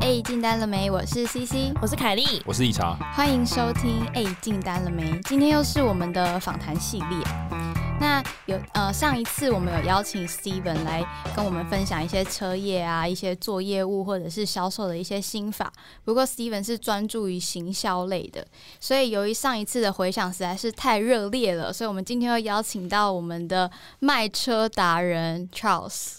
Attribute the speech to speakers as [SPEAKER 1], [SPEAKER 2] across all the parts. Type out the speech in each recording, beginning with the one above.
[SPEAKER 1] 哎，进单了没？我是 CC，
[SPEAKER 2] 我是凯莉，
[SPEAKER 3] 我是一茶，
[SPEAKER 1] 欢迎收听。哎，进单了没？今天又是我们的访谈系列。那有呃，上一次我们有邀请 Steven 来跟我们分享一些车业啊，一些做业务或者是销售的一些心法。不过 Steven 是专注于行销类的，所以由于上一次的回响实在是太热烈了，所以我们今天又邀请到我们的卖车达人 Charles。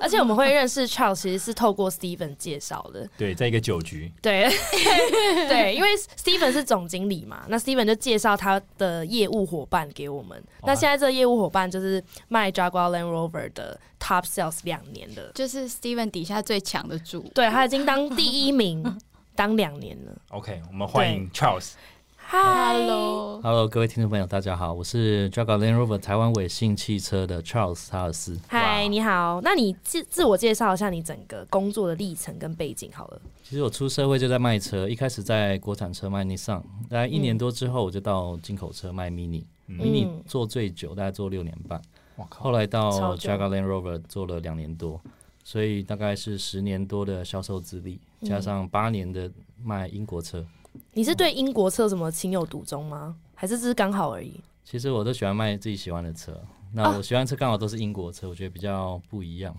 [SPEAKER 2] 而且我们会认识 Charles 其实是透过 Steven 介绍的，
[SPEAKER 3] 对，在一个酒局，
[SPEAKER 2] 对 对，因为 Steven 是总经理嘛，那 Steven 就介绍他的业务伙伴给我们。那现在这个业务伙伴就是卖 Jaguar Land Rover 的 Top Sales 两年的，
[SPEAKER 1] 就是 Steven 底下最强的主，
[SPEAKER 2] 对他已经当第一名当两年了。
[SPEAKER 3] OK，我们欢迎 Charles。
[SPEAKER 2] 哎嗨
[SPEAKER 1] Hello，
[SPEAKER 4] Hello，各位听众朋友，大家好，我是 Jaguar Land Rover 台湾伟信汽车的 Charles 查尔斯。
[SPEAKER 2] 嗨，你好，那你自自我介绍一下你整个工作的历程跟背景好了。
[SPEAKER 4] 其实我出社会就在卖车，一开始在国产车卖 Nissan，大概一年多之后我就到进口车卖 Mini，Mini、Mini
[SPEAKER 2] 嗯
[SPEAKER 4] 做最久，大概做六年半。
[SPEAKER 3] 我
[SPEAKER 4] 后来
[SPEAKER 2] 超
[SPEAKER 4] 到
[SPEAKER 2] 久
[SPEAKER 4] Jaguar Land Rover 做了两年多，所以大概是十年多的销售资历，
[SPEAKER 2] 嗯
[SPEAKER 4] 加上八年的卖英国车。
[SPEAKER 2] 你是对英国车什么情有独钟吗？还是只是刚好而已？
[SPEAKER 4] 其实我都喜欢卖自己喜欢的车，那
[SPEAKER 2] 啊
[SPEAKER 4] 我喜欢的车刚好都是英国车，我觉得比较不一样。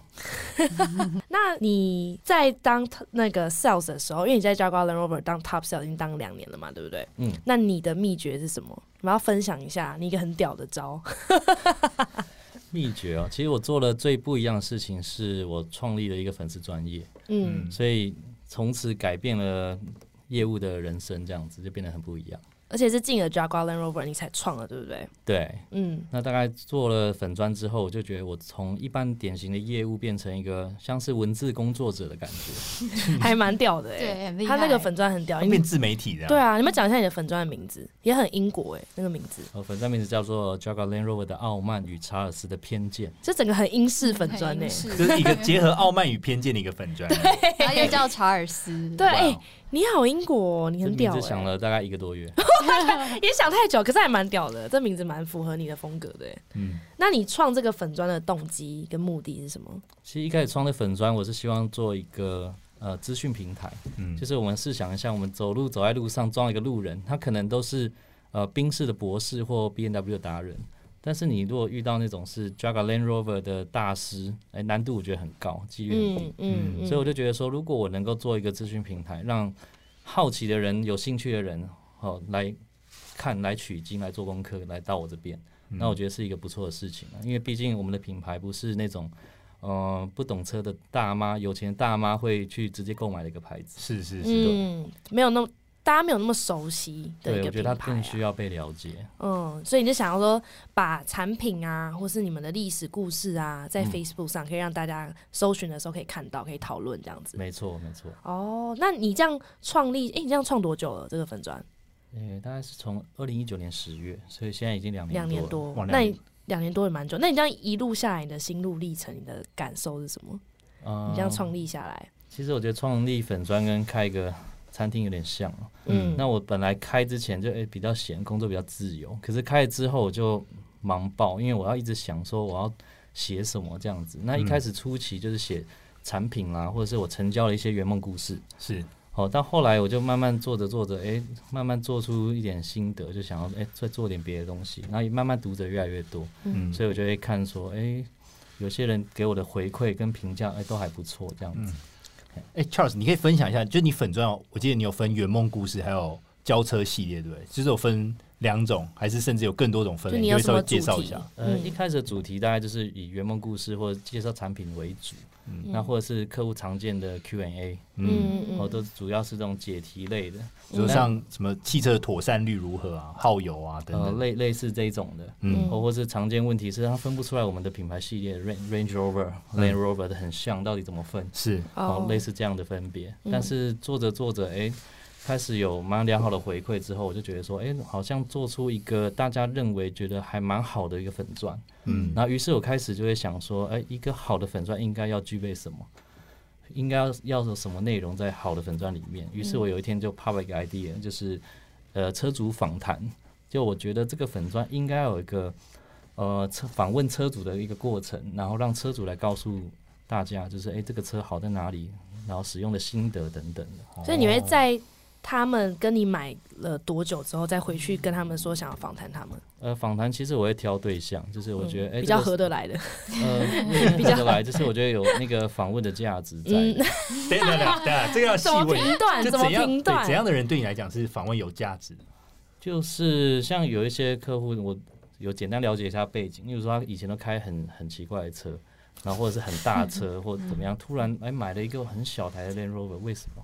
[SPEAKER 2] 那你在当 t- 那个 sales 的时候，因为你在 Jaguar Land Rover 当 top sales 已经当两年了嘛，对不对？
[SPEAKER 4] 嗯，
[SPEAKER 2] 那你的秘诀是什么？我们要分享一下你一个很屌的 招。
[SPEAKER 4] 秘诀哦，其实我做了最不一样的事情，是我创立了一个粉丝专业，
[SPEAKER 2] 嗯，
[SPEAKER 4] 所以从此改变了业务的人生，这样子就变得很不一样。
[SPEAKER 2] 而且是进了 Jaguar Land Rover 你才创了，对不对？
[SPEAKER 4] 对，
[SPEAKER 2] 嗯，
[SPEAKER 4] 那大概做了粉砖之后，我就觉得我从一般典型的业务变成一个像是文字工作者的感觉。
[SPEAKER 2] 还蛮屌的哎、
[SPEAKER 1] 对很厉害欸
[SPEAKER 2] 他那个粉钻很屌，
[SPEAKER 3] 他
[SPEAKER 2] 你
[SPEAKER 3] 变自媒体的，
[SPEAKER 2] 对，啊，你们讲一下你的粉钻的名字，也很英国哎、那个名字
[SPEAKER 4] 我哦粉砖名字叫做 Jaguar Land Rover 的傲慢与查尔斯的偏见。
[SPEAKER 2] 这整个很英式粉钻哎、
[SPEAKER 1] 很 英式
[SPEAKER 3] 就是一个结合傲慢与偏见的一个粉砖。
[SPEAKER 1] 然后又叫查尔斯，
[SPEAKER 2] 对，
[SPEAKER 3] 哇
[SPEAKER 2] 哎、你好英国哦，你
[SPEAKER 4] 这
[SPEAKER 2] 很屌、欸，
[SPEAKER 4] 名字想了大概一个多月。
[SPEAKER 2] 也想太久，可是还蛮屌的，这名字蛮符合你的风格的欸。
[SPEAKER 3] 嗯，
[SPEAKER 2] 那你创这个粉砖的动机跟目的是什么？
[SPEAKER 4] 其实一开始创的粉砖，我是希望做一个呃资讯平台，
[SPEAKER 3] 嗯
[SPEAKER 4] 就是我们试想一下，我们走路走在路上撞一个路人，他可能都是呃宾士的博士或 B N W 的达人，但是你如果遇到那种是 Jaguar Land Rover 的大师，哎、难度我觉得很高，几率很低，
[SPEAKER 2] 嗯嗯嗯，
[SPEAKER 4] 所以我就觉得说，如果我能够做一个资讯平台，让好奇的人、有兴趣的人，哦来看、来取经、来做功课、来到我这边，
[SPEAKER 2] 嗯
[SPEAKER 4] 那我觉得是一个不错的事情啊。因为毕竟我们的品牌不是那种，呃，不懂车的大妈、有钱的大妈会去直接购买的一个牌 子。
[SPEAKER 3] 是是是，
[SPEAKER 2] 嗯，没有那么大家没有那么熟悉的一
[SPEAKER 4] 对，我
[SPEAKER 2] 个
[SPEAKER 4] 觉
[SPEAKER 2] 品
[SPEAKER 4] 得它
[SPEAKER 2] 牌、
[SPEAKER 4] 更需
[SPEAKER 2] 啊。
[SPEAKER 4] 要被了解。
[SPEAKER 2] 嗯，所以你就想要说，把产品啊，或是你们的历史故事啊，
[SPEAKER 4] 嗯
[SPEAKER 2] 在 Facebook 上可以让大家搜寻的时候可以看到，可以讨论这样子。
[SPEAKER 4] 没错，没错。
[SPEAKER 2] 哦，那你这样创立，诶，你这样创多久了？这个粉砖
[SPEAKER 4] 呃，大概是从二零一九年十月，所以现在已经嗯两年
[SPEAKER 2] 两年
[SPEAKER 4] 了
[SPEAKER 2] 多
[SPEAKER 3] 哇，
[SPEAKER 2] 那
[SPEAKER 3] 两年
[SPEAKER 2] 你两年多也蛮久。那你这样一路下来，你的心路历程，你的感受是什么？
[SPEAKER 4] 呃
[SPEAKER 2] 你这样创立下来，
[SPEAKER 4] 其实我觉得创立粉砖跟开一个餐厅有点像哦、
[SPEAKER 2] 嗯，
[SPEAKER 4] 那我本来开之前就诶、比较闲，工作比较自由，可是开了之后我就忙爆，因为我要一直想说我要写什么这样子。那一开始初期就是写产品啦，或者是我成交了一些圆梦故事。
[SPEAKER 2] 嗯
[SPEAKER 3] 是
[SPEAKER 4] 好，但后来我就慢慢做着做着，诶，慢慢做出一点心得，就想要诶再做点别的东西，然后也慢慢读者越来越多，
[SPEAKER 3] 嗯
[SPEAKER 4] 所以我就会看说，诶，有些人给我的回馈跟评价，诶，都还不错这样子。
[SPEAKER 3] 哎，Charles，你可以分享一下，就是你粉砖哦，我记得你有分圆梦故事，还有交车系列，对不对？就是有分两种，还是甚至有更多种分
[SPEAKER 2] 就
[SPEAKER 3] 类，
[SPEAKER 2] 你
[SPEAKER 3] 你
[SPEAKER 2] 有
[SPEAKER 3] 会
[SPEAKER 2] 什
[SPEAKER 3] 稍
[SPEAKER 2] 么
[SPEAKER 3] 微
[SPEAKER 2] 主
[SPEAKER 3] 介绍一
[SPEAKER 2] 题
[SPEAKER 3] 下。？
[SPEAKER 4] 呃，一开始的主题大概就是以圆梦故事或者介绍产品为主，嗯那或者是客户常见的 Q&A，
[SPEAKER 3] 嗯，
[SPEAKER 4] 哦，都主要是这种解题类的，
[SPEAKER 3] 比如像什么汽车的妥善率如何啊，耗油啊等
[SPEAKER 4] 呃，
[SPEAKER 3] 等。
[SPEAKER 4] 类类似这一种的，
[SPEAKER 3] 嗯
[SPEAKER 4] 哦，或是常见问题是它分不出来我们的品牌系列 Range Range Rover、Land Rover 的很像，到底怎么分？
[SPEAKER 3] 是，
[SPEAKER 4] 哦，类似这样的分别。但是做着做着，哎、开始有蛮良好的回馈之后，我就觉得说，哎、好像做出一个大家认为觉得还蛮好的一个粉钻。
[SPEAKER 3] 嗯，
[SPEAKER 4] 然后于是我开始就会想说，哎、一个好的粉钻应该要具备什么？应该要要有什么内容在好的粉钻里面？于是我有一天就 pop 了一个 idea，就是呃车主访谈。就我觉得这个粉钻应该要有一个呃车访问车主的一个过程，然后让车主来告诉大家，就是哎、诶这个车好在哪里，然后使用的心得等等的。
[SPEAKER 2] 所以你会在他们跟你买了多久之后，再回去跟他们说想要访谈他们，嗯
[SPEAKER 4] 呃，访谈其实我会挑对象，就是我觉得哎、诶
[SPEAKER 2] 比较
[SPEAKER 4] 这个
[SPEAKER 2] 合得来的。
[SPEAKER 4] 呃， 比较来，就是我觉得有那个访问的价值在。
[SPEAKER 2] 嗯，
[SPEAKER 3] 等等等等，这个要细
[SPEAKER 2] 怎么
[SPEAKER 3] 问。
[SPEAKER 2] 评 断？
[SPEAKER 3] 就
[SPEAKER 2] 怎么
[SPEAKER 3] 怎样
[SPEAKER 2] 评
[SPEAKER 3] 对
[SPEAKER 2] 断
[SPEAKER 3] 怎？样的人对你来讲是访问有价值的？
[SPEAKER 4] 就是像有一些客户，我有简单了解一下背景，例如说他以前都开很很奇怪的车，然后或者是很大的 车，或者怎么样，突然哎买了一个很小台的 Land Rover，为什么？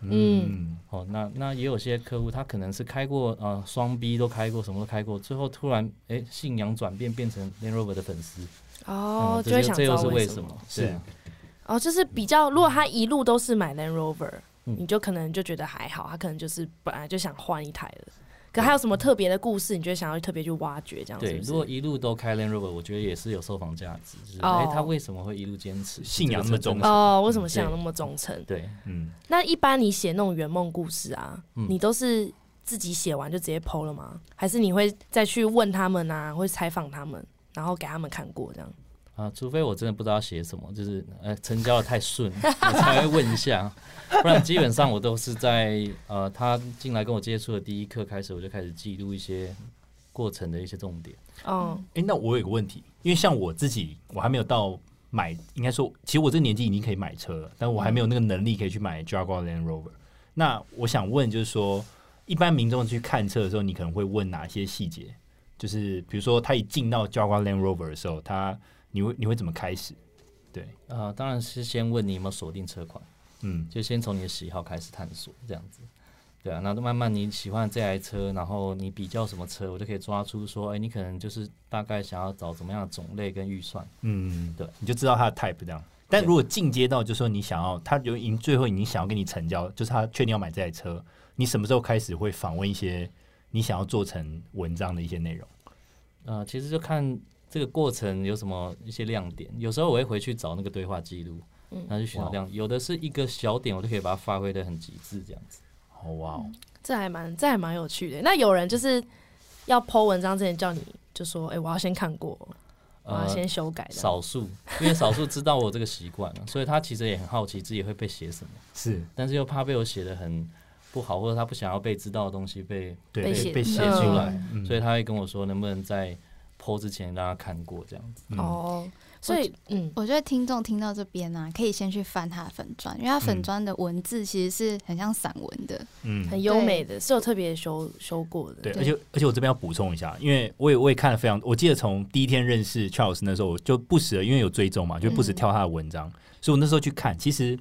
[SPEAKER 2] 嗯，
[SPEAKER 4] 哦，那那也有些客户，他可能是开过呃双 B 都开过，什么都开过，最后突然哎信仰转变，变成 Land Rover 的粉丝。
[SPEAKER 2] 哦，
[SPEAKER 4] 嗯
[SPEAKER 2] 就会
[SPEAKER 4] 这
[SPEAKER 2] 想
[SPEAKER 4] 这
[SPEAKER 2] 知
[SPEAKER 4] 又
[SPEAKER 2] 道
[SPEAKER 4] 是
[SPEAKER 2] 为
[SPEAKER 4] 为
[SPEAKER 2] 什
[SPEAKER 4] 什
[SPEAKER 2] 么。
[SPEAKER 4] 么？
[SPEAKER 3] 是
[SPEAKER 4] 对啊
[SPEAKER 2] 哦，就是比较，如果他一路都是买 Land Rover，、
[SPEAKER 4] 嗯
[SPEAKER 2] 你就可能就觉得还好，他可能就是本来就想换一台了。可还有什么特别的故事，你就会想要特别去挖掘这样子？
[SPEAKER 4] 对，如果一路都开 Land Rover，我觉得也是有受访价值。就是
[SPEAKER 2] 哦
[SPEAKER 4] 哎，他为什么会一路坚持
[SPEAKER 3] 信仰那么忠诚
[SPEAKER 2] 哦，为什么想那么忠诚？
[SPEAKER 4] 嗯对，
[SPEAKER 3] 嗯，
[SPEAKER 2] 那一般你写那种圆梦故事啊，
[SPEAKER 4] 嗯
[SPEAKER 2] 你都是自己写完就直接剖了吗？还是你会再去问他们啊，会采访他们，然后给他们看过这样？
[SPEAKER 4] 啊，除非我真的不知道写什么，就是呃成交的太顺，我才会问一下，不然基本上我都是在呃他进来跟我接触的第一刻开始，我就开始记录一些过程的一些重点。
[SPEAKER 2] 嗯，
[SPEAKER 3] 哎、那我有个问题，因为像我自己，我还没有到买，应该说，其实我这个年纪已经可以买车了，但我还没有那个能力可以去买 Jaguar Land Rover。那我想问，就是说，一般民众去看车的时候，你可能会问哪些细节？就是比如说，他一进到 Jaguar Land Rover 的时候，他你会你会怎么开始？对，
[SPEAKER 4] 呃，当然是先问你有没有锁定车款，
[SPEAKER 3] 嗯，
[SPEAKER 4] 就先从你的喜好开始探索，这样子。对啊，那慢慢你喜欢这台车，然后你比较什么车，我就可以抓出说，哎、你可能就是大概想要找怎么样的种类跟预算。
[SPEAKER 3] 嗯，
[SPEAKER 4] 对，
[SPEAKER 3] 你就知道他的 type 这样。但
[SPEAKER 4] 对
[SPEAKER 3] 如果进阶到就是说你想要，他就已经最后已经想要跟你成交，就是他确定要买这台车，你什么时候开始会访问一些你想要做成文章的一些内容？
[SPEAKER 4] 呃，其实就看这个过程有什么一些亮点。有时候我会回去找那个对话记录，
[SPEAKER 2] 嗯
[SPEAKER 4] 然后去寻找亮点。有的是一个小点，我就可以把它发挥的很极致，这样子。
[SPEAKER 3] 哦哇哦，
[SPEAKER 2] 这还蛮这还蛮有趣的。那有人就是要剖文章之前叫你就说，哎、我要先看过，我要
[SPEAKER 4] 呃，
[SPEAKER 2] 先修改的。
[SPEAKER 4] 少数，因为少数知道我这个习惯 了，所以他其实也很好奇自己会被写什么，
[SPEAKER 3] 是
[SPEAKER 4] 但是又怕被我写的很不好，或者他不想要被知道的东西被，
[SPEAKER 3] 对
[SPEAKER 2] 被
[SPEAKER 3] 被
[SPEAKER 2] 写
[SPEAKER 3] 被写
[SPEAKER 2] 嗯
[SPEAKER 3] 出来，
[SPEAKER 4] 所
[SPEAKER 3] 以
[SPEAKER 4] 以他会跟我说能不能在 PO 之前让他看过这样子。
[SPEAKER 2] 哦，所以嗯，
[SPEAKER 1] 我觉得听众听到这边啊，可以先去翻他的粉砖，因为他粉砖的文字其实是很像散文的。
[SPEAKER 3] 嗯
[SPEAKER 2] 很优美的，是有特别修修过的。
[SPEAKER 3] 对，而且而且我这边要补充一下，因为我也我也看了非常，我记得从第一天认识 Charles 那时候，我就不时地因为有追踪嘛，就
[SPEAKER 1] 嗯
[SPEAKER 3] 不时挑他的文章，所以我那时候去看，其实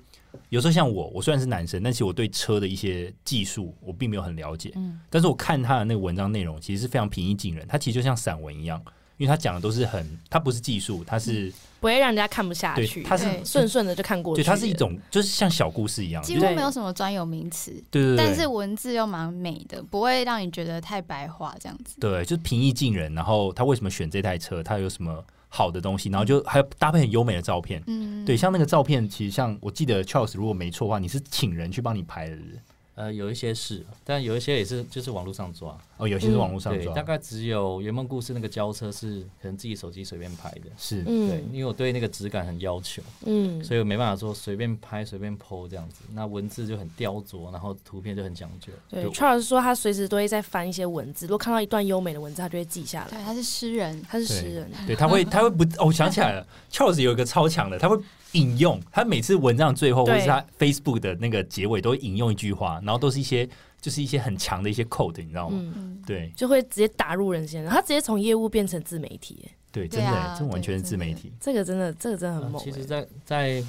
[SPEAKER 3] 有时候像我，我虽然是男生，但其实我对车的一些技术我并没有很了解，
[SPEAKER 1] 嗯
[SPEAKER 3] 但是我看他的那个文章内容其实是非常平易近人，他其实就像散文一样，因为他讲的都是很，他不是技术，他是、
[SPEAKER 2] 不会让人家看不下
[SPEAKER 3] 对
[SPEAKER 2] 去，，
[SPEAKER 3] 他是
[SPEAKER 1] 对
[SPEAKER 2] 顺顺的就看过去
[SPEAKER 3] 对，
[SPEAKER 2] 了。
[SPEAKER 3] 他是一种就是像小故事一样，
[SPEAKER 1] 几
[SPEAKER 3] 就
[SPEAKER 1] 乎
[SPEAKER 3] 是
[SPEAKER 1] 没有什么专有名词，
[SPEAKER 3] 对对对，
[SPEAKER 1] 但是文字又蛮美的，不会让你觉得太白话这样子。
[SPEAKER 3] 对，就是平易近人。然后他为什么选这台车？他有什么好的东西？然后就还有搭配很优美的照片。
[SPEAKER 1] 嗯，
[SPEAKER 3] 对，像那个照片，其实像我记得 Charles 如果没错的话，你是请人去帮你拍的是不是，
[SPEAKER 4] 呃，有一些是，但有一些也是就是网络上抓，
[SPEAKER 3] 哦，有些是网络上
[SPEAKER 4] 对，
[SPEAKER 3] 抓，
[SPEAKER 4] 大概只有《圆梦故事》那个交车是可能自己手机随便拍的。
[SPEAKER 3] 是
[SPEAKER 4] 对，
[SPEAKER 2] 嗯
[SPEAKER 4] 因为我对那个质感很要求，
[SPEAKER 2] 嗯，
[SPEAKER 4] 所以我没办法说随便拍、随便剖这样子。那文字就很雕琢，然后图片就很讲究。
[SPEAKER 2] 对
[SPEAKER 3] 就
[SPEAKER 2] ，Charles 说他随时都会在翻一些文字，如果看到一段优美的文字，他就会记下来。
[SPEAKER 1] 对，他是诗人，
[SPEAKER 2] 他是诗人，
[SPEAKER 3] 对，他会他会不，哦，我想起来了，Charles 有一个超强的，他会引用，他每次文章的最后或
[SPEAKER 2] 对
[SPEAKER 3] 是他 Facebook 的那个结尾都会引用一句话，然后都是一些就是一些很强的一些 code，你知道吗？
[SPEAKER 2] 嗯，
[SPEAKER 1] 嗯，
[SPEAKER 3] 对
[SPEAKER 2] 就会直接打入人心。他直接从业务变成自媒体，哎
[SPEAKER 3] 对，
[SPEAKER 1] 对
[SPEAKER 3] 真的、
[SPEAKER 1] 啊
[SPEAKER 3] 这完
[SPEAKER 1] 对
[SPEAKER 3] 全是
[SPEAKER 1] 真
[SPEAKER 3] 自媒
[SPEAKER 1] 的
[SPEAKER 3] 体，
[SPEAKER 2] 这个真的，这个真的
[SPEAKER 4] 呃
[SPEAKER 2] 很猛。
[SPEAKER 4] 其实
[SPEAKER 3] 欸
[SPEAKER 2] 哎
[SPEAKER 4] 在，在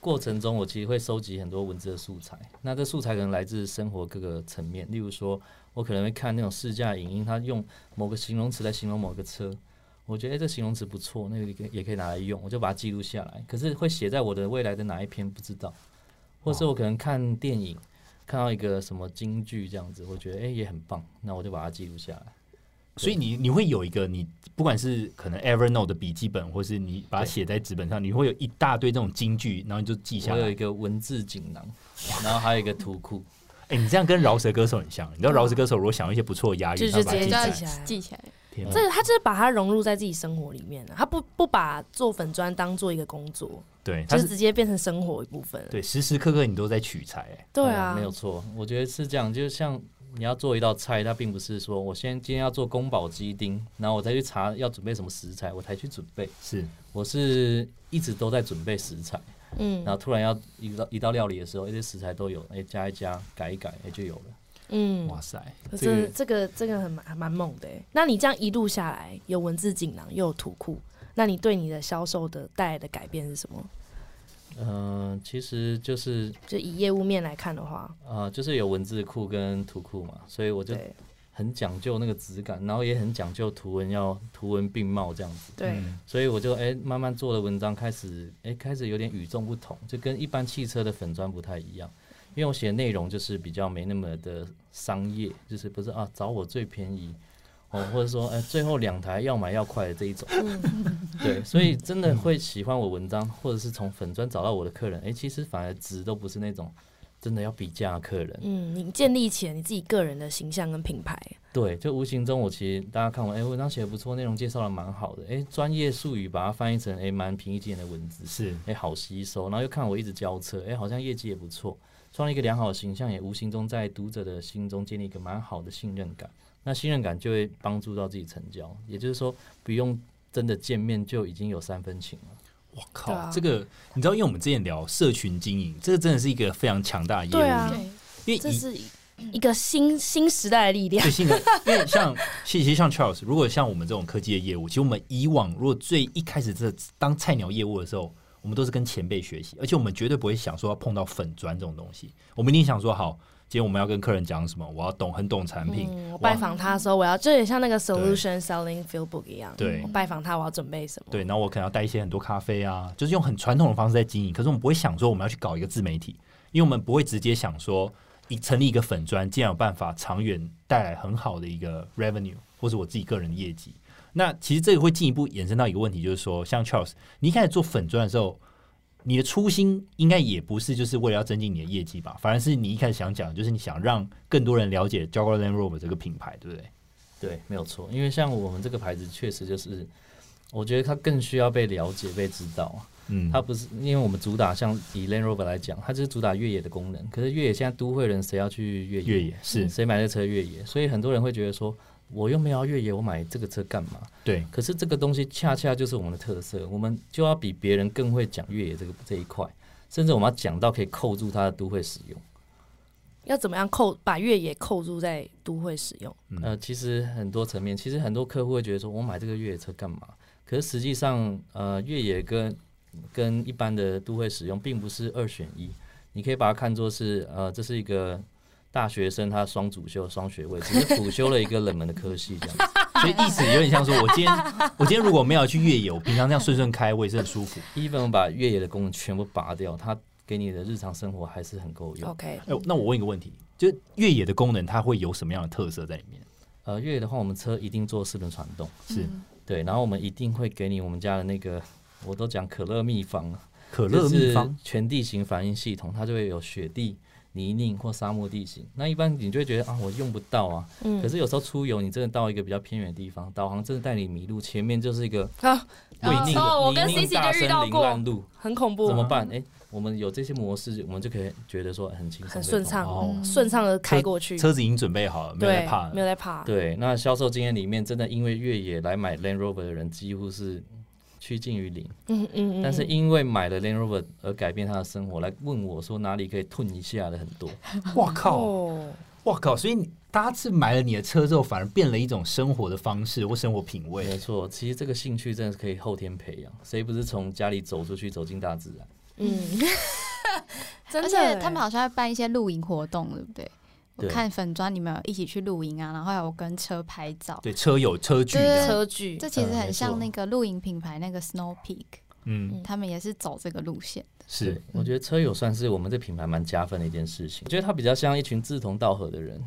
[SPEAKER 4] 过程中，我其实会收集很多文字的素材。那这素材可能来自生活各个层面，例如说，我可能会看那种试驾影音，他用某个形容词来形容某个车，我觉得、诶这形容词不错，那个也可以也可以拿来用，我就把它记录下来。可是会写在我的未来的哪一篇不知道，或
[SPEAKER 3] 哦
[SPEAKER 4] 是我可能看电影。看到一个什么京剧这样子，我觉得诶也很棒，那我就把它记录下来。
[SPEAKER 3] 所以你你会有一个你不管是可能 Evernote 的笔记本，或是你把它写在纸本上，你会有一大堆这种金句，然后你就记下
[SPEAKER 4] 我有
[SPEAKER 3] 来
[SPEAKER 4] 一。个文字锦囊，然后还有一个图库，
[SPEAKER 3] 哎、你这样跟饶舌歌手很像。你知道饶舌歌手如果想要一些不错的押韵，
[SPEAKER 2] 就
[SPEAKER 3] 他
[SPEAKER 2] 嗯就
[SPEAKER 3] 会把它
[SPEAKER 2] 直
[SPEAKER 1] 就
[SPEAKER 2] 接
[SPEAKER 3] 记下
[SPEAKER 1] 要
[SPEAKER 2] 记起来。
[SPEAKER 3] 来。
[SPEAKER 1] 记起来。
[SPEAKER 3] 天哪
[SPEAKER 2] 这个他就是把它融入在自己生活里面啊了，他不不把做粉砖当做一个工作，
[SPEAKER 3] 对，它
[SPEAKER 2] 就是是直接变成生活一部分了。
[SPEAKER 3] 对时时刻刻你都在取材、欸
[SPEAKER 2] 对
[SPEAKER 4] 嗯
[SPEAKER 2] 啊，
[SPEAKER 4] 没有错。我觉得是这样，就像你要做一道菜，它并不是说我先今天要做宫保鸡丁，然后我再去查要准备什么食材，我才去准备。
[SPEAKER 3] 是
[SPEAKER 4] 我是一直都在准备食材，
[SPEAKER 2] 嗯
[SPEAKER 4] 然后突然要一道一道料理的时候，哎，这食材都有，哎，加一加，改一改，哎，就有了。
[SPEAKER 2] 嗯，
[SPEAKER 3] 哇塞，
[SPEAKER 2] 可
[SPEAKER 3] 这
[SPEAKER 2] 是
[SPEAKER 3] 个
[SPEAKER 2] 这个这个很蛮蛮猛的欸。那你这样一路下来，有文字锦囊，又有图库，那你对你的销售的带来的改变是什么？
[SPEAKER 4] 嗯、其实就是
[SPEAKER 2] 就以业务面来看的话，
[SPEAKER 4] 呃，就是有文字库跟图库嘛，所以我就
[SPEAKER 2] 对
[SPEAKER 4] 很讲究那个质感，然后也很讲究图文要图文并茂这样子。
[SPEAKER 2] 对，
[SPEAKER 3] 嗯
[SPEAKER 4] 所以我就哎、慢慢做的文章开始哎、开始有点与众不同，就跟一般汽车的粉砖不太一样，因为我写的内容就是比较没那么的商业，就是不是啊找我最便宜哦，或者说哎、最后两台要买要快的这一种，对，所以真的会喜欢我文章或者是从粉砖找到我的客人，哎、其实反而值都不是那种真的要比价的客人，
[SPEAKER 2] 嗯，你建立起了你自己个人的形象跟品牌，
[SPEAKER 4] 对，就无形中我其实大家看我哎、文章写的不错，内容介绍的蛮好的，哎、专业术语把它翻译成哎蛮、平易近人的文字。
[SPEAKER 3] 是
[SPEAKER 4] 哎、好吸收，然后又看我一直交车，哎、好像业绩也不错，创立一个良好的形象，也无形中在读者的心中建立一个蛮好的信任感。那信任感就会帮助到自己成交，也就是说，不用真的见面就已经有三分情了。
[SPEAKER 3] 我靠，
[SPEAKER 2] 对啊
[SPEAKER 3] 这个你知道，因为我们之前聊社群经营，这个真的是一个非常强大的业务，
[SPEAKER 2] 对啊
[SPEAKER 1] 对，
[SPEAKER 3] 因为
[SPEAKER 2] 这
[SPEAKER 3] 以
[SPEAKER 2] 是一个新新时代的力量。
[SPEAKER 3] 对性格，因为像其实像 Charles，如果像我们这种科技的业务，其实我们以往如果最一开始这当菜鸟业务的时候，我们都是跟前辈学习，而且我们绝对不会想说要碰到粉砖这种东西，我们一定想说好，今天我们要跟客人讲什么，我要懂很懂产品，
[SPEAKER 2] 嗯，我
[SPEAKER 3] 我
[SPEAKER 2] 拜
[SPEAKER 3] 要
[SPEAKER 2] 访他的时候，我要就有点像那个 solution selling field book 一样，
[SPEAKER 3] 对
[SPEAKER 2] 我拜访他，我要准备什么？
[SPEAKER 3] 对，然后我可能要带一些很多咖啡啊，就是用很传统的方式在经营。可是我们不会想说我们要去搞一个自媒体，因为我们不会直接想说一成立一个粉砖，竟然有办法长远带来很好的一个 revenue 或是我自己个人的业绩。那其实这个会进一步衍生到一个问题，就是说，像 Charles，你一开始做粉砖的时候，你的初心应该也不是就是为了要增进你的业绩吧，反而是你一开始想讲，就是你想让更多人了解 j a g u a r Land Rover 这个品牌，对不对？
[SPEAKER 4] 对，没有错，因为像我们这个牌子，确实就是，我觉得它更需要被了解、被知道啊。
[SPEAKER 3] 嗯
[SPEAKER 4] 它不是因为我们主打像以 Land Rover 来讲，它就是主打越野的功能。可是越野现在都会人谁要去越野？
[SPEAKER 3] 越野是
[SPEAKER 4] 谁嗯买这车越野？所以很多人会觉得说，我又没有要越野，我买这个车干嘛？
[SPEAKER 3] 对，
[SPEAKER 4] 可是这个东西恰恰就是我们的特色，我们就要比别人更会讲越野这个这一块，甚至我们要讲到可以扣住它的都会使用。
[SPEAKER 2] 要怎么样扣把越野扣住在都会使用？
[SPEAKER 3] 嗯
[SPEAKER 4] 呃，其实很多层面，其实很多客户会觉得说，我买这个越野车干嘛？可是实际上，呃，越野跟跟一般的都会使用并不是二选一，你可以把它看作是，呃，这是一个大学生他双主修双学位，只是辅修了一个冷门的科系这样子。
[SPEAKER 3] 所以意思有点像说，我今天我今天如果没有去越野，我平常这样顺顺开，我也是很舒服。
[SPEAKER 4] even 我们把越野的功能全部拔掉，它给你的日常生活还是很够用。
[SPEAKER 2] OK，
[SPEAKER 3] 哎、那我问一个问题，就是越野的功能它会有什么样的特色在里面？
[SPEAKER 4] 呃，越野的话，我们车一定做四轮传动，
[SPEAKER 3] 是
[SPEAKER 2] 嗯
[SPEAKER 4] 对，然后我们一定会给你我们家的那个，我都讲可乐秘方了，
[SPEAKER 3] 可
[SPEAKER 4] 可
[SPEAKER 3] 乐秘方，
[SPEAKER 4] 全地形反应系统，它就会有雪地、泥泞或沙漠地形。那一般你就会觉得啊，我用不到啊。
[SPEAKER 2] 嗯
[SPEAKER 4] 可是有时候出游，你真的到一个比较偏远的地方，导航真的带你迷路，前面就是一个
[SPEAKER 2] 啊，
[SPEAKER 4] 泥泞的、
[SPEAKER 2] 哦我跟
[SPEAKER 4] 泥泞
[SPEAKER 2] Cici
[SPEAKER 4] 大
[SPEAKER 2] 就遇
[SPEAKER 4] 森
[SPEAKER 2] 到
[SPEAKER 4] 林
[SPEAKER 2] 过嗯
[SPEAKER 4] 烂路，
[SPEAKER 2] 很恐怖
[SPEAKER 4] 怎，么办？哎、我们有这些模式，我们就可以觉得说很轻松，
[SPEAKER 2] 很顺畅
[SPEAKER 3] 哦，
[SPEAKER 2] 顺畅的开过去，
[SPEAKER 3] 车子已经准备好了，没有在
[SPEAKER 2] 对
[SPEAKER 3] 怕，
[SPEAKER 2] 没有
[SPEAKER 3] 了。
[SPEAKER 2] 在怕，
[SPEAKER 4] 对，那销售经验里面，真的因为越野来买 Land Rover 的人几乎是趋近于零，
[SPEAKER 2] 嗯嗯嗯，
[SPEAKER 4] 但是因为买了 Land Rover 而改变他的生活，来问我说哪里可以tuned 一下的很多。
[SPEAKER 3] 哇靠，
[SPEAKER 2] 哦，
[SPEAKER 3] 哇靠！所以你大家是买了你的车之后，反而变了一种生活的方式或生活品
[SPEAKER 4] 没
[SPEAKER 3] 味。
[SPEAKER 4] 错，其实这个兴趣真的是可以后天培养，谁不是从家里走出去走进大自然？
[SPEAKER 2] 嗯，真
[SPEAKER 1] 而
[SPEAKER 2] 的，
[SPEAKER 1] 且他们好像要办一些露营活动，对不对？我
[SPEAKER 4] 对
[SPEAKER 1] 看粉砖你们有一起去露营啊，然后还有跟车拍照，
[SPEAKER 3] 对，车友车距
[SPEAKER 1] 对
[SPEAKER 3] 这样，
[SPEAKER 2] 车距
[SPEAKER 1] 这其实
[SPEAKER 4] 嗯
[SPEAKER 1] 很
[SPEAKER 4] 没
[SPEAKER 1] 像
[SPEAKER 4] 错
[SPEAKER 1] 那个露营品牌那个 Snow Peak，
[SPEAKER 3] 嗯，
[SPEAKER 1] 他们也是走这个路线。
[SPEAKER 3] 是
[SPEAKER 4] 对，我觉得车友算是我们这品牌蛮加分的一件事情。我觉得它比较像一群志同道合的人，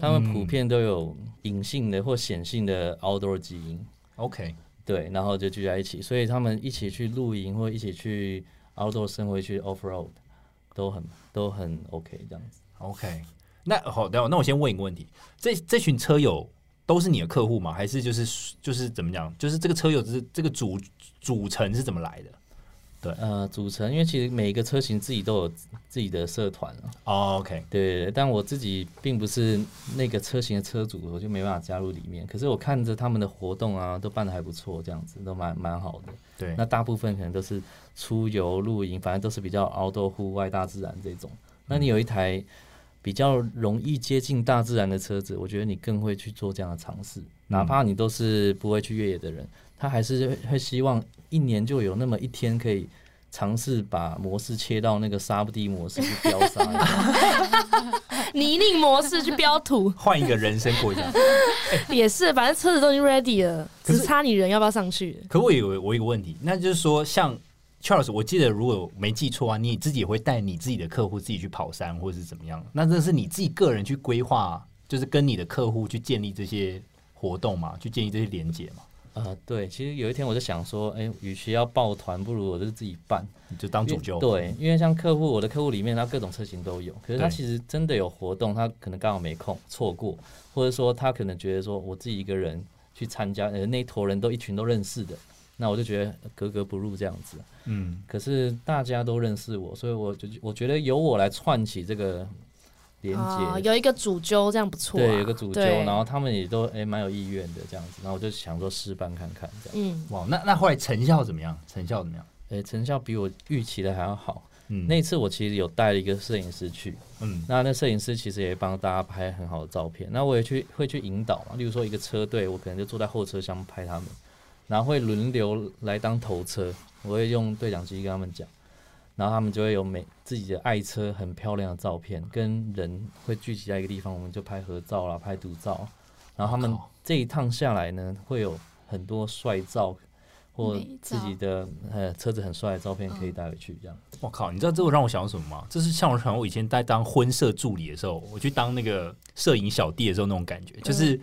[SPEAKER 4] 他们普遍都有隐性的或显性的 outdoor 基因。
[SPEAKER 3] OK，
[SPEAKER 4] 对，然后就聚在一起，所以他们一起去露营或一起去 outdoor 生活去 off road，都很都很 OK 这样子。
[SPEAKER 3] OK，那好，等一下那我先问一个问题：这这群车友都是你的客户吗？还是就是就是怎么讲？就是这个车友这这个组组成是怎么来的？
[SPEAKER 4] 呃，组成，因为其实每一个车型自己都有自己的社团了、
[SPEAKER 3] 哦，OK，
[SPEAKER 4] 对对对，但我自己并不是那个车型的车主，我就没办法加入里面。可是我看着他们的活动啊，都办的还不错，这样子都蛮蛮好的。
[SPEAKER 3] 对
[SPEAKER 4] 那大部分可能都是出游、露营，反正都是比较 outdoor 户外、大自然这种。那你有一台比较容易接近大自然的车子，我觉得你更会去做这样的尝试。哪怕你都是不会去越野的人，他还是会会希望一年就有那么一天可以尝试把模式切到那个沙地模式去飙沙一下。
[SPEAKER 2] 泥泞模式去标土
[SPEAKER 3] 换一个人生过一下。
[SPEAKER 2] 也是，反正车子都已经 ready 了，
[SPEAKER 3] 可
[SPEAKER 2] 只
[SPEAKER 3] 是
[SPEAKER 2] 差你人要不要上去。
[SPEAKER 3] 可我有我有一个问题，那就是说，像 Charles，我记得如果没记错啊，你自己也会带你自己的客户自己去跑山或者是怎么样？那这是你自己个人去规划，就是跟你的客户去建立这些活动嘛，去建立这些连接嘛，
[SPEAKER 4] 啊，对，其实有一天我就想说，哎、与其要抱团，不如我就自己办。
[SPEAKER 3] 你就当主
[SPEAKER 4] 因为
[SPEAKER 3] 揪。
[SPEAKER 4] 对，因为像客户，我的客户里面他各种车型都有，可是他
[SPEAKER 3] 对
[SPEAKER 4] 其实真的有活动，他可能刚好没空错过，或者说他可能觉得说我自己一个人去参加，呃，那一坨人都一群都认识的，那我就觉得格格不入这样子。
[SPEAKER 3] 嗯，
[SPEAKER 4] 可是大家都认识我，所以我就我觉得由我来串起这个连接。
[SPEAKER 2] 啊，有一个主揪，这样不错啊。
[SPEAKER 4] 对，有个主揪，
[SPEAKER 2] 对
[SPEAKER 4] 然后他们也都哎蛮、有意愿的这样子，然后我就想说试办看看这样，
[SPEAKER 2] 嗯，
[SPEAKER 3] 哇，那那后来成效怎么样？成效怎么样？
[SPEAKER 4] 哎、成效比我预期的还要好。
[SPEAKER 3] 嗯，
[SPEAKER 4] 那一次我其实有带了一个摄影师去，
[SPEAKER 3] 嗯
[SPEAKER 4] 那那摄影师其实也帮大家拍很好的照片，那我也去会去引导嘛，例如说一个车队，我可能就坐在后车厢拍他们，然后会轮流来当头车，我会用对讲机跟他们讲，然后他们就会有每自己的爱车很漂亮的照片，跟人会聚集在一个地方，我们就拍合照啦，拍独照，然后他们
[SPEAKER 3] 我靠
[SPEAKER 4] 这一趟下来呢，会有很多帅照或
[SPEAKER 1] 美
[SPEAKER 4] 自
[SPEAKER 1] 照
[SPEAKER 4] 己
[SPEAKER 1] 嗯
[SPEAKER 4] 的呃车子很帅的照片可以带回去这样。
[SPEAKER 3] 我靠，你知道这个让我想到什么吗？这是像我想我以前在当婚摄助理的时候，我去当那个摄影小弟的时候那种感觉，就是。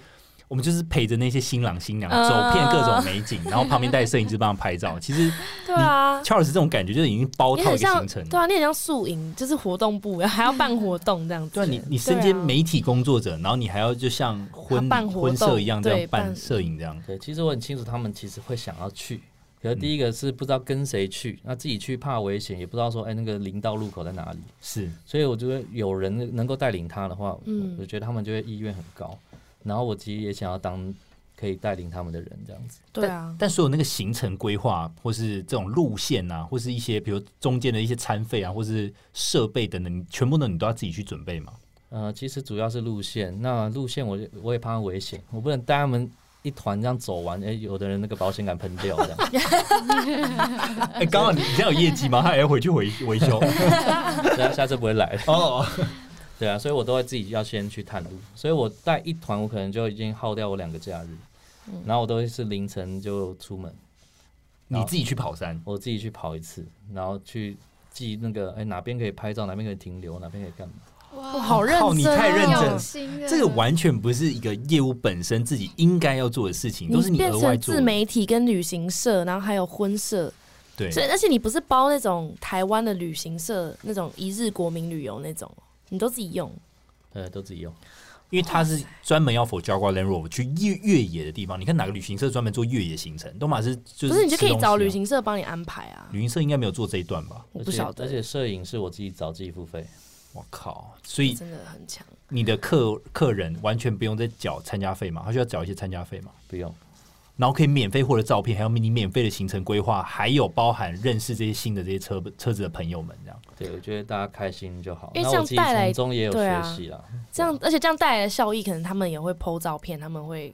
[SPEAKER 3] 我们就是陪着那些新郎新娘
[SPEAKER 2] 嗯
[SPEAKER 3] 走遍各种美景，然后旁边带摄影师帮他拍 照。其实
[SPEAKER 2] 对啊，
[SPEAKER 3] Charles 这种感觉就是已经包
[SPEAKER 2] 也
[SPEAKER 3] 套一
[SPEAKER 2] 很
[SPEAKER 3] 个
[SPEAKER 2] 像
[SPEAKER 3] 行，程
[SPEAKER 2] 对
[SPEAKER 3] 了。
[SPEAKER 2] 啊，你很像宿营，就是活动部，还要办活动这样子。
[SPEAKER 3] 对啊，你你身兼媒体工作者，然后你还要就像婚
[SPEAKER 2] 还办活动
[SPEAKER 3] 婚摄一样这
[SPEAKER 2] 对
[SPEAKER 3] 样
[SPEAKER 2] 办
[SPEAKER 3] 办摄影这样。
[SPEAKER 4] 对，其实我很清楚他们其实会想要去，可是第一个是不知道跟谁去，那自己去怕危险，也不知道说哎那个林道路口在哪里，
[SPEAKER 3] 是，
[SPEAKER 4] 所以我觉得有人能够带领他的话，
[SPEAKER 2] 嗯
[SPEAKER 4] 嗯，我觉得他们就会意愿很高。然后我其实也想要当可以带领他们的人这样子。
[SPEAKER 2] 对啊，
[SPEAKER 3] 但所有那个行程规划，或是这种路线啊，或是一些比如中间的一些餐费啊，或是设备等等，你全部都你都要自己去准备嘛？
[SPEAKER 4] 呃，其实主要是路线，那路线我就我也怕危险，我不能带他们一团这样走完，哎、有的人那个保险杆喷掉这样。
[SPEAKER 2] 呃
[SPEAKER 3] 哎、刚好你你现在有业绩 吗？他还要回去维维修
[SPEAKER 4] 对 啊，下次不会来。
[SPEAKER 3] 哦。
[SPEAKER 4] 对啊，所以我都会自己要先去探路，所以我带一团，我可能就已经耗掉我两个假日，
[SPEAKER 2] 嗯
[SPEAKER 4] 然后我都会是凌晨就出门，
[SPEAKER 3] 你自己去跑山，
[SPEAKER 4] 我自己去跑一次，然后去记那个哎、哪边可以拍照，哪边可以停留，哪边可以干嘛。
[SPEAKER 2] 哇
[SPEAKER 1] 哇，
[SPEAKER 2] 好认真哦，
[SPEAKER 3] 靠你太认真
[SPEAKER 1] 好
[SPEAKER 3] 了
[SPEAKER 1] 有心啊
[SPEAKER 3] 这个完全不是一个业务本身自己应该要做的事情，都是
[SPEAKER 2] 你
[SPEAKER 3] 你
[SPEAKER 2] 变
[SPEAKER 3] 额外
[SPEAKER 2] 成
[SPEAKER 3] 做
[SPEAKER 2] 自
[SPEAKER 3] 的。
[SPEAKER 2] 媒体跟旅行社，然后还有婚社，
[SPEAKER 3] 对，
[SPEAKER 2] 所以而且你不是包那种台湾的旅行社那种一日国民旅游那种，你都自己用。
[SPEAKER 4] 呃，都自己用，
[SPEAKER 3] 因为它是专门要 for Jaguar Land Rover 去越越野的地方。你看哪个旅行社专门做越野行程？都马是就是
[SPEAKER 2] 不是，你就可
[SPEAKER 3] 吃
[SPEAKER 2] 以
[SPEAKER 3] 东西啊
[SPEAKER 2] 找旅行社帮你安排啊。
[SPEAKER 3] 旅行社应该没有做这一段吧？
[SPEAKER 2] 我不晓得
[SPEAKER 4] 而且，而且摄影是我自己找自己付费，
[SPEAKER 3] 我靠！所以
[SPEAKER 2] 真的很强。
[SPEAKER 3] 你的客客人完全不用再缴参加费嘛？他需要缴一些参加费嘛？
[SPEAKER 4] 不用。
[SPEAKER 3] 然后可以免费获得照片，还有你免费的行程规划，还有包含认识这些新的这些车车子的朋友们这样。
[SPEAKER 4] 对，我觉得大家开心就好。
[SPEAKER 2] 因为
[SPEAKER 4] 那
[SPEAKER 2] 这样
[SPEAKER 4] 我自己
[SPEAKER 2] 带来
[SPEAKER 4] 从中也有
[SPEAKER 2] 对
[SPEAKER 4] 学
[SPEAKER 2] 啊
[SPEAKER 4] 习啦。
[SPEAKER 2] 这样，而且这样带来的效益，可能他们也会 PO 照片，他们会